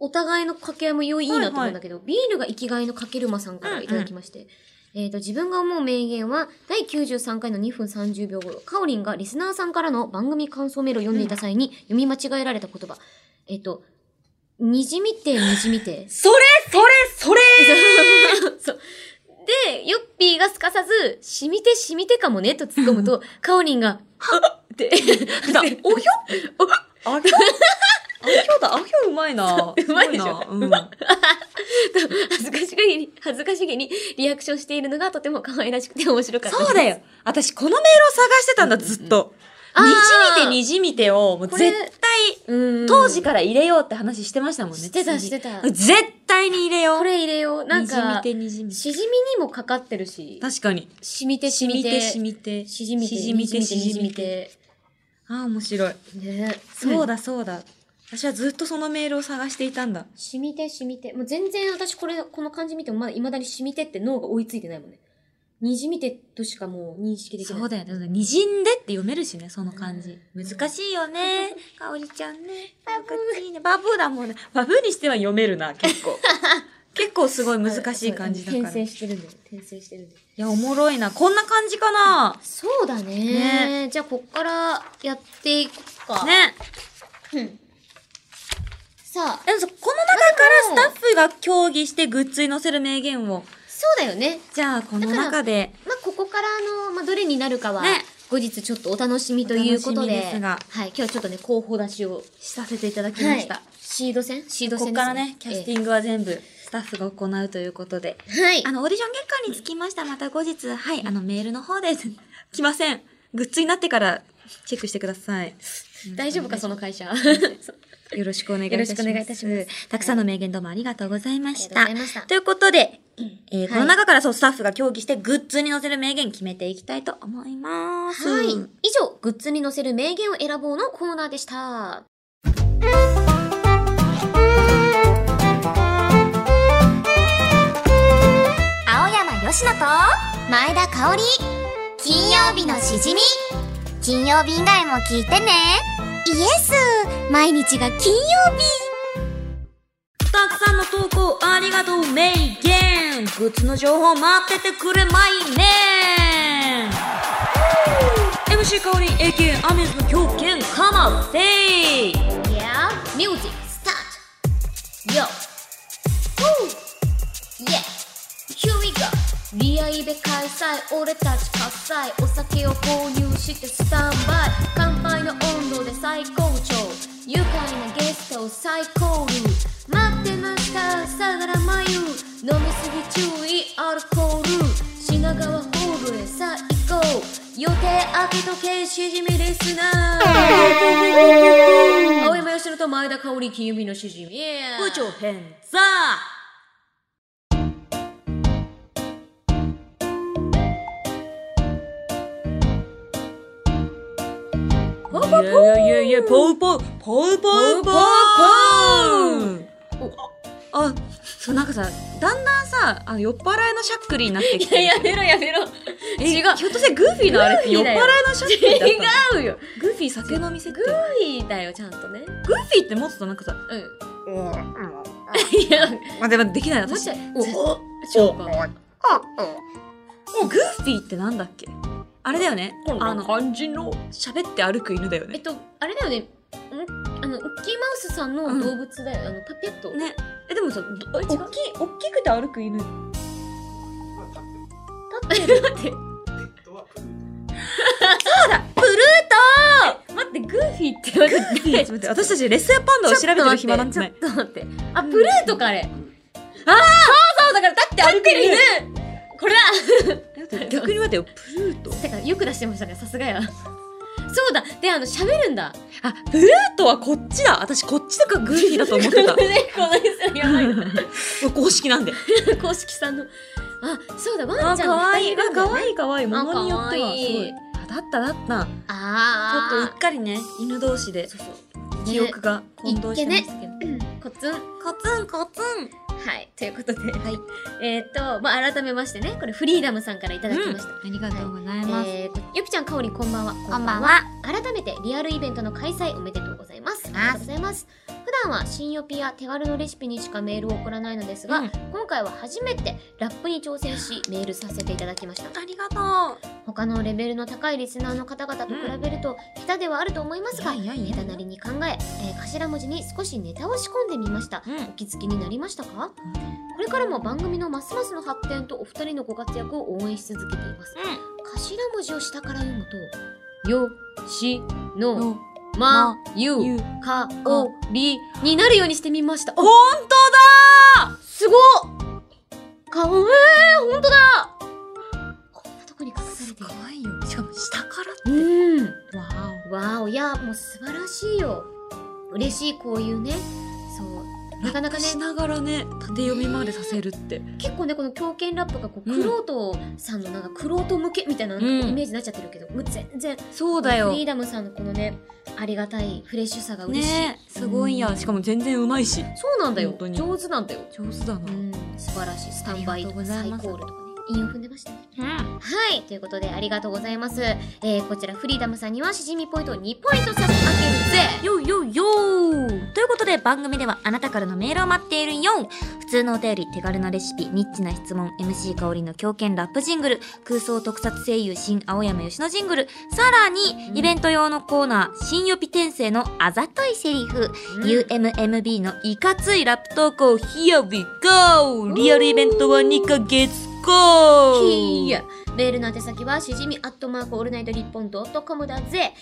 [SPEAKER 1] お互いの掛け合いも良いいいなと思うんだけど、ビールが生きがいのかけるまさんからいただきまして、えっ、と、自分が思う名言は、第93回の2分30秒頃、カオリンがリスナーさんからの番組感想メールを読んでいた際に読み間違えられた言葉、えっ、と、にじみて、にじみて
[SPEAKER 2] それそれそれ
[SPEAKER 1] [laughs] そう。で、ヨッピーがすかさず、しみてしみてかもねと突っ込むと、カオリンが、あ [laughs] っって、
[SPEAKER 2] だおひょあひょあひょだ、あひょうまいな。
[SPEAKER 1] うまいでしょ
[SPEAKER 2] すごなうん、
[SPEAKER 1] 恥ずかしげに、恥ずかしげにリアクションしているのがとても可愛らしくて面白かったです。
[SPEAKER 2] そうだよ。私、このメールを探してたんだ、ずっと。
[SPEAKER 1] うんうんうんあー
[SPEAKER 2] にじみて、にじみてを、もう
[SPEAKER 1] こ
[SPEAKER 2] 絶
[SPEAKER 1] れ
[SPEAKER 2] 対、
[SPEAKER 1] うん。
[SPEAKER 2] 当時から入れようって話してましたもんね。
[SPEAKER 1] してた
[SPEAKER 2] 次
[SPEAKER 1] してた
[SPEAKER 2] 絶対に入れよう。
[SPEAKER 1] これ入れよう。なんか、
[SPEAKER 2] にじみて、にじみて。
[SPEAKER 1] しじみにもかかってるし、
[SPEAKER 2] 確かに。
[SPEAKER 1] しみてし
[SPEAKER 2] し
[SPEAKER 1] み
[SPEAKER 2] み
[SPEAKER 1] て、
[SPEAKER 2] て、しみて。
[SPEAKER 1] しじみて、
[SPEAKER 2] しじみて、
[SPEAKER 1] し
[SPEAKER 2] し
[SPEAKER 1] じ
[SPEAKER 2] じ
[SPEAKER 1] み
[SPEAKER 2] みて。
[SPEAKER 1] て。
[SPEAKER 2] ああ、面白い。
[SPEAKER 1] ね。
[SPEAKER 2] そう
[SPEAKER 1] だ。
[SPEAKER 2] だ、そうだ。私はずっとそのメールを探していたんだ。
[SPEAKER 1] しみてしみて。もう全然私これ、この漢字見てもまだ未だにしみてって脳が追いついてないもんね。にじみてとしかもう認識できない。
[SPEAKER 2] そうだよね。にじんでって読めるしね、その漢字。難しいよね。かおりちゃんね。バブー。ね。バブーだもんね。バブーにしては読める [laughs] な、結構。結構すごい難しい漢字だから。
[SPEAKER 1] 転
[SPEAKER 2] い
[SPEAKER 1] 生してるんだよ。転生してるんだよ。
[SPEAKER 2] や、おもろいな。こんな感じかな。
[SPEAKER 1] そうだね。じゃあ、こっからやっていこうか。。
[SPEAKER 2] ね。
[SPEAKER 1] うん。さあ、
[SPEAKER 2] でもさこの中からスタッフが協議してグッズに載せる名言を。
[SPEAKER 1] そうだよね。
[SPEAKER 2] じゃあ、この中で。
[SPEAKER 1] まあ、ここからあの、まあ、どれになるかは、
[SPEAKER 2] ね
[SPEAKER 1] 後日ちょっとお楽しみということで、
[SPEAKER 2] お楽しみですが
[SPEAKER 1] はい、今日はちょっとね、候補出しを
[SPEAKER 2] させていただき
[SPEAKER 1] は
[SPEAKER 2] ま
[SPEAKER 1] い
[SPEAKER 2] した。
[SPEAKER 1] シード戦シード
[SPEAKER 2] ここ
[SPEAKER 1] 戦
[SPEAKER 2] からね、キャステ
[SPEAKER 1] ィン
[SPEAKER 2] ィングは全部スタッフが行うということで。
[SPEAKER 1] グ。はい。
[SPEAKER 2] あの、オーディション結果につきました。また後日、はい、あの、メールの方です。来ません。グッズになってからチェックしてください。
[SPEAKER 1] 大丈夫か、その会社。あ
[SPEAKER 2] [laughs]
[SPEAKER 1] り
[SPEAKER 2] よろしくお願いいたします。
[SPEAKER 1] よろしくお願いいたします
[SPEAKER 2] たくさんの名言どうもありがとうございまし
[SPEAKER 1] が
[SPEAKER 2] た。
[SPEAKER 1] とうございました
[SPEAKER 2] ということで、えー
[SPEAKER 1] はい
[SPEAKER 2] この中からそう、スタッフが協議してグッズに載せる名言決めていきたいと思います。
[SPEAKER 1] はい。以上、グッズに載せる名言を選ぼうのコーナーでした。
[SPEAKER 3] 青山よしのと前田香織金曜日のしじみ金曜日以外も聞いてねイエス毎日が金曜日
[SPEAKER 2] たくさんの投稿ありがとう、名言グッズの情報待っててくれまいね MC 香り AK アメズの狂犬カマセイ
[SPEAKER 1] Yeah, music, start! Yo! Woo! Yeah! Here we go! リアイベ開催俺たち喝采お酒を購入してスタンバイ乾杯の温度で最高潮愉快なゲストを最高流待ってました相良真由飲みすぎ注意アルコール品川ホールへさあ行こう予定開けとけしじみリスナー青山佳乃と前田香織金曜日の主人
[SPEAKER 2] 部長編ザ
[SPEAKER 1] ポ
[SPEAKER 2] ーいやいやいやポウポウポウポウポウポウあ、そうなんかさ、だんだんさ、あの酔っ払いのしゃっくりになってきて。
[SPEAKER 1] やめろやめろ
[SPEAKER 2] え
[SPEAKER 1] 違う
[SPEAKER 2] ひょっとしてグーフィーのあれって酔っ払いのしゃっくりだったの
[SPEAKER 1] 違うよ
[SPEAKER 2] グーフィー酒飲み設定
[SPEAKER 1] グーフィーだよちゃんとね
[SPEAKER 2] グーフィーってもっとなんかさ、
[SPEAKER 1] う
[SPEAKER 2] ま
[SPEAKER 1] んいや
[SPEAKER 2] あでもできないな。
[SPEAKER 1] もし
[SPEAKER 2] 私
[SPEAKER 1] お
[SPEAKER 2] 絶
[SPEAKER 1] おそうか
[SPEAKER 2] グーフィーってなんだっけあれだよね。あの、
[SPEAKER 1] 感じの
[SPEAKER 2] 喋って歩く犬だよ
[SPEAKER 1] えっ
[SPEAKER 2] ね。
[SPEAKER 1] とあれだよねんあのウッキーマウスさんの動物だよあのパピエット立
[SPEAKER 2] ね。え、でもさ、おっ
[SPEAKER 1] 違
[SPEAKER 2] き
[SPEAKER 1] う
[SPEAKER 2] い、おっきくて歩く犬。
[SPEAKER 1] ってる [laughs] 待って
[SPEAKER 2] そうだプル
[SPEAKER 1] 待ってグーフィーって待って
[SPEAKER 2] ートち [laughs] ょっと待って、私たちレッサーパンダを調べてる暇なんて
[SPEAKER 1] ち
[SPEAKER 2] な
[SPEAKER 1] ょっ
[SPEAKER 2] い。
[SPEAKER 1] と待ってあプルートかあれあ
[SPEAKER 2] そうだから、だって歩く
[SPEAKER 1] いるこれだ
[SPEAKER 2] 逆に待てよ、プルート
[SPEAKER 1] てかよく出してましたねさすがやそうだであの喋るんだ
[SPEAKER 2] あ、プルートはこっちだ。私こっちとかグーフィーだと思って [laughs] た。
[SPEAKER 1] [laughs] ねこの人やばい
[SPEAKER 2] 公式なんで。
[SPEAKER 1] 公式さんのあそうだワ
[SPEAKER 2] あ、
[SPEAKER 1] ンちゃんの
[SPEAKER 2] 可愛
[SPEAKER 1] 二
[SPEAKER 2] い。
[SPEAKER 1] 人
[SPEAKER 2] あ、
[SPEAKER 1] なんだよ
[SPEAKER 2] 可
[SPEAKER 1] ね
[SPEAKER 2] 愛い可愛い。ものによっ
[SPEAKER 1] あ可
[SPEAKER 2] てはすご
[SPEAKER 1] 愛い
[SPEAKER 2] い。あ、だっただった。
[SPEAKER 1] あ
[SPEAKER 2] ちょっ
[SPEAKER 1] ー
[SPEAKER 2] とうっかりね、犬同士で
[SPEAKER 1] そうそう
[SPEAKER 2] 記憶が混同してましたけど。
[SPEAKER 1] コツン
[SPEAKER 2] コツンコツン。
[SPEAKER 1] はい。ということで、
[SPEAKER 4] はい。
[SPEAKER 1] えーっと、まあ、改めましてね、これフリーダムさんからいただきました。
[SPEAKER 4] ありがとうございます。
[SPEAKER 1] えーっと、ゆきちゃん、かおりん、こんばんは。
[SPEAKER 2] こんばんは。
[SPEAKER 1] 改めてリアルイベントの開催おめでとうございます。あり
[SPEAKER 2] ます
[SPEAKER 1] がとうございます。普段は新予ピや手軽のレシピにしかメールを送らないのですが、
[SPEAKER 4] うん
[SPEAKER 1] 今回は初めてラップに挑
[SPEAKER 4] [laughs]
[SPEAKER 1] 戦しメールさせていただきました。
[SPEAKER 4] ありがと
[SPEAKER 1] 他のレベルの高いリスナーの方々と比べると下手ではあると思いますが、
[SPEAKER 4] いやいやいや
[SPEAKER 1] 下手なりに考ええー頭文字に少しネタを仕込んでみました。
[SPEAKER 4] う。うん。
[SPEAKER 1] お気づきになりましたかこれからも番組のますますの発展とお二人のご活躍を応援し続けています。頭文字を下から読むと、よ、し、
[SPEAKER 4] うん。
[SPEAKER 1] の、
[SPEAKER 4] の
[SPEAKER 1] ま
[SPEAKER 4] ま、
[SPEAKER 1] ゆ
[SPEAKER 4] ゆ、
[SPEAKER 1] か、
[SPEAKER 4] お
[SPEAKER 1] お、りになるようにしてみました。
[SPEAKER 4] 本
[SPEAKER 1] お
[SPEAKER 4] 当
[SPEAKER 1] すごっかわいいほんとだこんなとこに隠
[SPEAKER 4] だ
[SPEAKER 1] されている。
[SPEAKER 4] ごいよ。しかも下からっ
[SPEAKER 1] うん。
[SPEAKER 4] て。わお。
[SPEAKER 1] わお、いや、もう素晴らしいよ。嬉しい、こういうね。そう。なかなかね
[SPEAKER 4] し、ながらね、縦読みまでさせるって。
[SPEAKER 1] 結構ねこの狂犬ラップがこう、
[SPEAKER 4] うん
[SPEAKER 1] クロートさんのなんかクロート向けみたいななんか
[SPEAKER 4] うん
[SPEAKER 1] イメージになっちゃってるけど、もう全然
[SPEAKER 4] そうだよ
[SPEAKER 1] フ。リーダムさんのこのねありがたいフレッシュさが嬉しい、
[SPEAKER 4] ねすごい
[SPEAKER 1] うん
[SPEAKER 4] や。しかも全然うまいし。
[SPEAKER 1] そうなんだよ
[SPEAKER 4] 本当に
[SPEAKER 1] 上手なんだよ、
[SPEAKER 4] 上手だな。
[SPEAKER 1] う
[SPEAKER 4] うん。
[SPEAKER 1] ん、素晴らしいスタンバイとか
[SPEAKER 4] あ
[SPEAKER 1] サ
[SPEAKER 4] り
[SPEAKER 1] イコ
[SPEAKER 4] がとう
[SPEAKER 1] ー
[SPEAKER 4] ございます
[SPEAKER 1] ルとかね韻を踏んでましたねはいということでありがとうございます、えー、こちらフリーダムさんにはしじみポイントを2ポイント差し上げるぜ
[SPEAKER 2] よいよいよーということで番組ではあなたからのメールを待っているよ普通のお便り、手軽なレシピ、ニッチな質問、MC 香りの狂犬ラップジングル、空想特撮声優新青山吉野ジングル、さら
[SPEAKER 1] うん
[SPEAKER 2] に、イベント用のコーナー、新予備転生のあざといセリフ、
[SPEAKER 1] うん
[SPEAKER 2] UMMB のいかついラップ投稿、Here we go! リアルイベントは2ヶ月後
[SPEAKER 1] ひーやメールの宛先はしじみアットマークオールナイトニッポンドットコムだぜ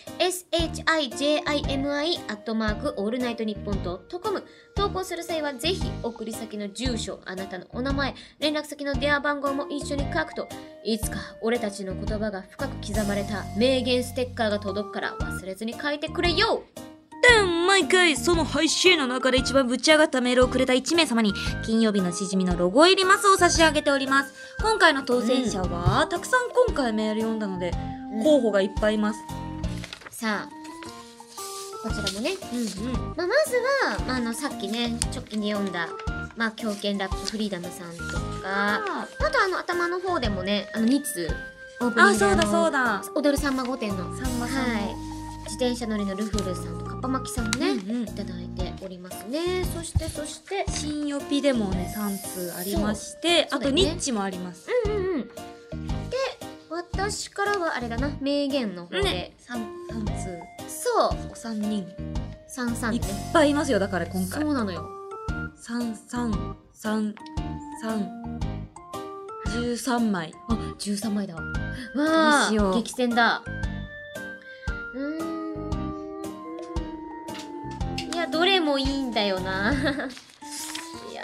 [SPEAKER 1] SHIJIMI アットマークオールナイトニッポンドットコム投稿する際はぜひ送り先の住所あなたのお名前連絡先の電話番号も一緒に書くといつか俺たちの言葉が深く刻まれた名言ステッカーが届くから忘れずに書いてくれよ
[SPEAKER 2] で毎回その配信の中で一番ぶち上がったメールをくれた1名様に金曜日のしじみのロゴ入りマスを差し上げております今回の当選者は、たくさん今回メール読んだので候補がいっぱいいます
[SPEAKER 1] さあこちらもね
[SPEAKER 2] うんうん
[SPEAKER 1] まあ、まずは、まあ、あのさっきね直近に読んだ、まあ、狂犬ラップフリーダムさんとか
[SPEAKER 2] あ
[SPEAKER 1] あとあの頭の方でもねあの2通オープニングで
[SPEAKER 2] あそうだそ
[SPEAKER 1] だ
[SPEAKER 2] うだ
[SPEAKER 1] 踊るさんま御殿の
[SPEAKER 2] さんまさんの、
[SPEAKER 1] はい自転車乗りのルフルさんとかっぱ巻きさんもね、
[SPEAKER 2] うんうん
[SPEAKER 1] いただいておりますねそしてそして
[SPEAKER 2] 新予備でもね3通ありまして、
[SPEAKER 1] そうそうだ
[SPEAKER 2] あと
[SPEAKER 1] よね
[SPEAKER 2] ニッチもあります、
[SPEAKER 1] うんうんうんで私からはあれだな名言の方で、
[SPEAKER 2] ね三三通
[SPEAKER 1] そう
[SPEAKER 2] お三人
[SPEAKER 1] 三三
[SPEAKER 2] いっ
[SPEAKER 1] ね
[SPEAKER 2] ぱいいますよだから今
[SPEAKER 1] そ
[SPEAKER 2] 回
[SPEAKER 1] うなのよ
[SPEAKER 2] 三三三三十三枚
[SPEAKER 1] あ、13枚だわ。
[SPEAKER 2] どうしよ
[SPEAKER 1] わ
[SPEAKER 2] う
[SPEAKER 1] あ、激戦だ。うーん。いや、どれもいいんだよな。 [laughs] いや、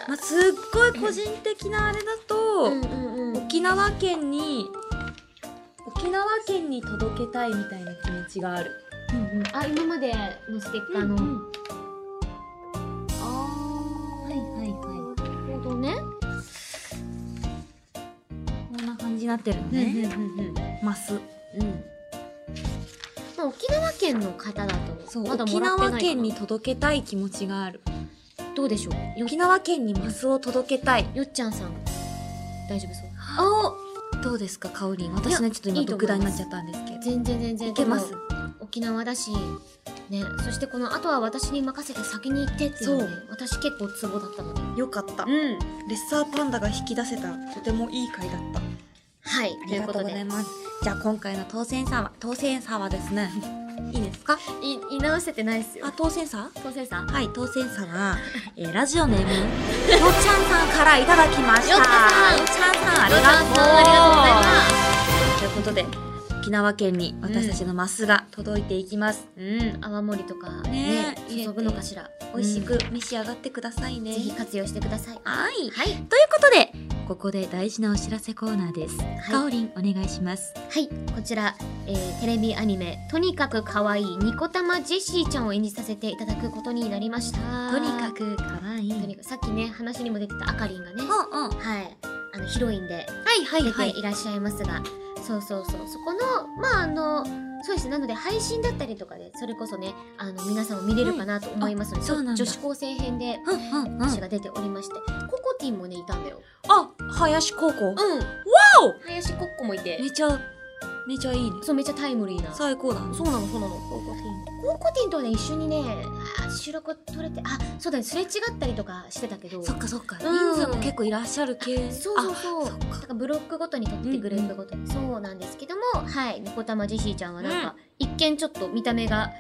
[SPEAKER 2] まあ、すっごい個人的なあれだと、
[SPEAKER 1] うんうんうん。
[SPEAKER 2] 沖縄県に沖縄県に届けたいみたいな気持ちがある、
[SPEAKER 1] あ、今までのステッカーの。あ
[SPEAKER 2] はいはいは
[SPEAKER 1] ー、なるほどね。
[SPEAKER 2] いこんな感じになってるの
[SPEAKER 1] うん
[SPEAKER 2] ね、
[SPEAKER 1] うんうん
[SPEAKER 2] マス
[SPEAKER 1] うん。まあ、沖縄県の方だと、
[SPEAKER 2] そう、
[SPEAKER 1] まだも
[SPEAKER 2] 沖
[SPEAKER 1] らってないか
[SPEAKER 2] 縄
[SPEAKER 1] な
[SPEAKER 2] 県に届けたい気持ちがある
[SPEAKER 1] どうでしょうよ
[SPEAKER 2] 沖縄県にマスを届けたい
[SPEAKER 1] よっちゃんさん、大丈夫そう
[SPEAKER 2] あどうですかかおりん私ねちょっと
[SPEAKER 1] い
[SPEAKER 2] 今
[SPEAKER 1] いと思
[SPEAKER 2] 独
[SPEAKER 1] います
[SPEAKER 2] 断になっちゃったんですけど
[SPEAKER 1] 全然全然。
[SPEAKER 2] いけます
[SPEAKER 1] でも沖縄だし、ね、そしてこの後は私に任せて先に行ってっていうので
[SPEAKER 4] そ
[SPEAKER 1] 私結構ツボだったので
[SPEAKER 4] よかった。レ
[SPEAKER 1] うん
[SPEAKER 4] ッサーパンダが引き出せた、とてもいい回だった。
[SPEAKER 1] はい
[SPEAKER 2] あ
[SPEAKER 1] とい
[SPEAKER 2] り
[SPEAKER 1] う
[SPEAKER 2] が
[SPEAKER 1] ことと
[SPEAKER 2] うご
[SPEAKER 1] で
[SPEAKER 2] ざいますじゃあ今回の当選者は当選者はですねいいですか
[SPEAKER 1] い言い直せてないっすよ
[SPEAKER 2] あ当選者
[SPEAKER 1] 当選さん
[SPEAKER 2] はい、当選者は、えーラジオネーム、よっちゃんさんからいただきました。
[SPEAKER 1] よっちゃん
[SPEAKER 2] よっちゃんさん、あり
[SPEAKER 1] よっちゃんさん
[SPEAKER 2] が
[SPEAKER 1] あ
[SPEAKER 2] とう。ということで、沖縄県に私たちのマスが届いていきます。
[SPEAKER 1] りがとうございますうん泡盛とかね
[SPEAKER 2] ね
[SPEAKER 1] 注ぐのかしら
[SPEAKER 2] 美味し
[SPEAKER 1] う
[SPEAKER 2] く召し上がってください
[SPEAKER 1] ん
[SPEAKER 2] ね。
[SPEAKER 1] ぜひ活用してください
[SPEAKER 2] はい。という
[SPEAKER 1] はい
[SPEAKER 2] ことで、ここで大事なお知らせコーナーです。かおりん、お願いします。
[SPEAKER 1] はいこちら、えーテレビアニメ「とにかく可愛いニコタマジェシーちゃん」を演じさせていただくことになりました
[SPEAKER 2] とにかく可愛い
[SPEAKER 1] とにかくさっきね話にも出てたあかりんがね
[SPEAKER 2] うんうん。は
[SPEAKER 1] はいあのヒロインで
[SPEAKER 2] いはいは
[SPEAKER 1] 出て
[SPEAKER 2] い。
[SPEAKER 1] いらっしゃいますが、そうそうそう。そこの、まあ、あの、そうですね。なので、配信だったりとかで、それこそね、あの、皆さんも見れるかなと思いますの
[SPEAKER 2] うん
[SPEAKER 1] で、
[SPEAKER 2] あそうなんだ
[SPEAKER 1] 女子高生編で、
[SPEAKER 2] うんうんうん。
[SPEAKER 1] 私が出ておりまして、ココティンもね、いたんだよ。
[SPEAKER 2] あ、林高校。
[SPEAKER 1] うん。わ
[SPEAKER 2] お
[SPEAKER 1] 林コッコもいて、
[SPEAKER 2] めちゃ、めちゃいいね。
[SPEAKER 1] そう、めっちゃタイムリーな。
[SPEAKER 2] 最高だ。
[SPEAKER 1] そうなの、そうなの。ココティンとはね、一緒にね、あ収録撮れて、あ、そうだね、すれ違ったりとかしてたけど。
[SPEAKER 2] そっかそっか。人
[SPEAKER 1] うん
[SPEAKER 2] 数も結構いらっしゃる系。
[SPEAKER 1] そうそうそう。
[SPEAKER 2] あそっか
[SPEAKER 1] だからブロックごとに撮ってグループごとに、そうなんですけども、はい、猫玉ジェシーちゃんはなんか、一見ちょっと見た目が、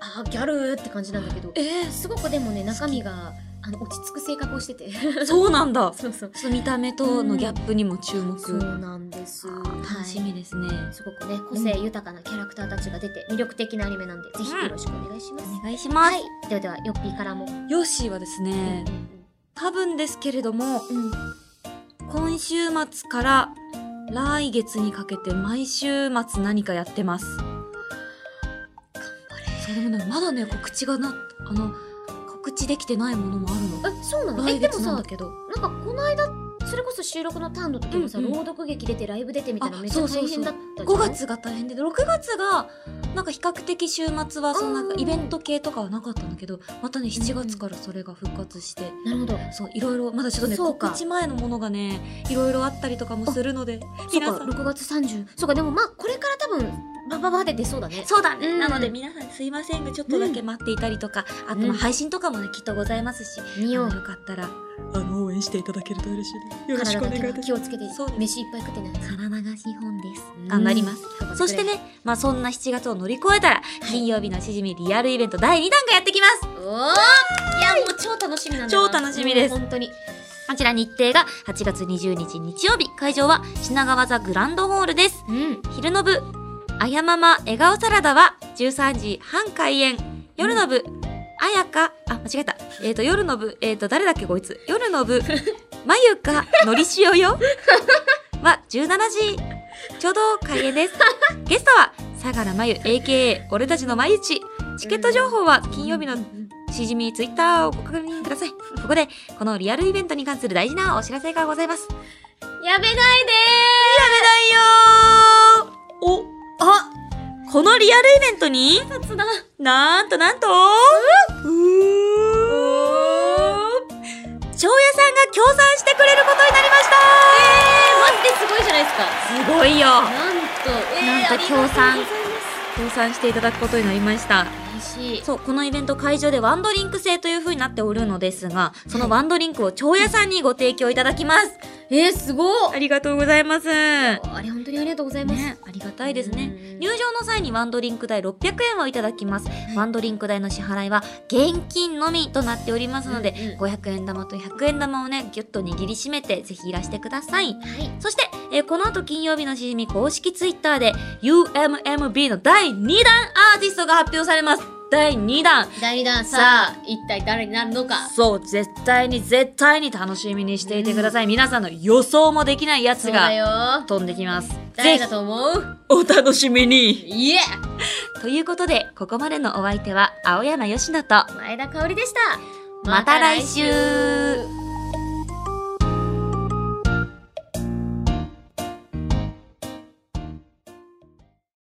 [SPEAKER 1] あー、ギャルーって感じなんだけど、
[SPEAKER 2] え
[SPEAKER 1] すごくでもね、中身が、あの、落ち着く性格をしてて。
[SPEAKER 2] [laughs] ー、そうなんだ。
[SPEAKER 1] そうそう。
[SPEAKER 2] ちょっと見た目とのギャップにも注目。
[SPEAKER 1] そうなんです。
[SPEAKER 2] 楽し
[SPEAKER 1] は
[SPEAKER 2] みですね。
[SPEAKER 1] い。すごくね、個性豊かなキャラクターたちが出て、魅力的なアニメなんで、ぜひよろしくお願いします。
[SPEAKER 2] お願いしま
[SPEAKER 1] はい。ではでは、ヨッピーからも。
[SPEAKER 2] ヨッシーはですね、多分ですけれども、
[SPEAKER 1] うん。
[SPEAKER 2] 今週末から来月にかけて毎週末何かやってます。頑張れ。それでもね、まだね、告知がな、あの、告知できてないものもある
[SPEAKER 1] え、そうな
[SPEAKER 2] の。
[SPEAKER 1] のえ、
[SPEAKER 2] 来
[SPEAKER 1] でも
[SPEAKER 2] 月なん
[SPEAKER 1] さ
[SPEAKER 2] だ、けど。
[SPEAKER 1] なんかこの間それこそ収録のターンの時もさ、
[SPEAKER 2] うんうん
[SPEAKER 1] 朗読劇出てライブ出てみたいな
[SPEAKER 2] あ
[SPEAKER 1] めっちゃ
[SPEAKER 2] そうそ
[SPEAKER 1] 大
[SPEAKER 2] うそ
[SPEAKER 1] 変
[SPEAKER 2] う
[SPEAKER 1] だったじゃ
[SPEAKER 2] 5
[SPEAKER 1] ん
[SPEAKER 2] 月が大変で、6月が、なんか比較的週末は、そのなんか
[SPEAKER 1] うん
[SPEAKER 2] イベント系とかはなかったんだけど、またね、7月からそれが復活して、
[SPEAKER 1] なるほど
[SPEAKER 2] そう、いろいろ、まだちょっとね、
[SPEAKER 1] そうか
[SPEAKER 2] 告知前のものがね、いろいろあったりとかもするので、皆
[SPEAKER 1] そ
[SPEAKER 2] さ
[SPEAKER 1] うんか6月30そうかでもまあこれから多分バババで出そうだね
[SPEAKER 2] そうだね、
[SPEAKER 1] うん
[SPEAKER 2] なので皆さんすいませんがちょっとだけ待っていたりとか、あと
[SPEAKER 1] うん
[SPEAKER 2] まあ配信とかもねきっとございますし、
[SPEAKER 1] 見よ
[SPEAKER 2] あ
[SPEAKER 1] う
[SPEAKER 2] のよかったらあの応援していただけると嬉しいですよろし
[SPEAKER 1] 体
[SPEAKER 2] く
[SPEAKER 1] だ
[SPEAKER 2] お願いい
[SPEAKER 1] けは
[SPEAKER 2] たし
[SPEAKER 1] 気をつけ
[SPEAKER 2] ます
[SPEAKER 1] て
[SPEAKER 2] そうです
[SPEAKER 1] 飯いっぱい食ってない
[SPEAKER 2] 皿流し本です
[SPEAKER 1] うん
[SPEAKER 2] 頑張ります
[SPEAKER 1] 頑張ってくれ
[SPEAKER 2] そしてねまあそんな7月を乗り越えたら金曜日のしじみリアルイベント第2弾がやってきます
[SPEAKER 1] おーいやもう超楽しみなんだ
[SPEAKER 2] 超楽しみです
[SPEAKER 1] うん本当に
[SPEAKER 2] こちら日程が8月20日日曜日会場は品川座グランドホールです
[SPEAKER 1] うん
[SPEAKER 2] 昼の部「あやまま笑顔サラダ」は13時半開演夜の部「あやか」あ間違えた、えー、と夜の部、えー、と誰だっけこいつ夜の部「まゆかのりしおよ」は17時ちょうど開演ですゲストは相良まゆ AKA 俺たちのまゆちチケット情報は金曜日のしじみツイッターをご確認くださいここでこのリアルイベントに関する大事なお知らせがございます
[SPEAKER 1] やめないで
[SPEAKER 2] やめないよお、あ、このリアルイベントに、
[SPEAKER 1] ーつだ
[SPEAKER 2] なんとなんと、うー蝶屋さんが協賛してくれることになりました
[SPEAKER 1] 待ってすごいじゃないですか
[SPEAKER 2] すごいよ
[SPEAKER 1] なんと
[SPEAKER 2] なんと
[SPEAKER 1] ありがうご
[SPEAKER 2] 協賛
[SPEAKER 1] ざいま
[SPEAKER 2] 協賛していただくことになりました。
[SPEAKER 1] す嬉しい
[SPEAKER 2] そう、このイベント会場でワンドリンク制という風になっておるのですが、そのワンドリンクを蝶屋さんにご提供いただきます。
[SPEAKER 1] えー、すごっ
[SPEAKER 2] ありがとうございます。
[SPEAKER 1] あれ本当にありがとうございます、
[SPEAKER 2] ね、ありがたいですね。
[SPEAKER 1] うん
[SPEAKER 2] 入場の際にワンドリンク代600円をいただきます。ワンドリンク代の支払いは現金のみとなっておりますので、
[SPEAKER 1] うんうん
[SPEAKER 2] 500円玉と100円玉をね、ぎゅっと握りしめて、ぜひいらしてくださ
[SPEAKER 1] は
[SPEAKER 2] い。
[SPEAKER 1] い
[SPEAKER 2] そして、えーこの後金曜日のしじみ公式ツイッターで、UMMB の第2弾アーティストが発表されます。第2弾。
[SPEAKER 1] 第二弾さ
[SPEAKER 2] さ
[SPEAKER 1] あ一体誰になるのか
[SPEAKER 2] そう、絶対に絶対に楽しみにしていてください。皆さんの予想もできないやつ
[SPEAKER 1] そうだ
[SPEAKER 2] が
[SPEAKER 1] よ
[SPEAKER 2] 飛んできます。
[SPEAKER 1] 誰
[SPEAKER 2] ぜひ
[SPEAKER 1] だと思う
[SPEAKER 2] お楽しみに。
[SPEAKER 1] いえ
[SPEAKER 2] ということで、ここまでのお相手は青山よしと、
[SPEAKER 1] 前田香織でした
[SPEAKER 2] また来週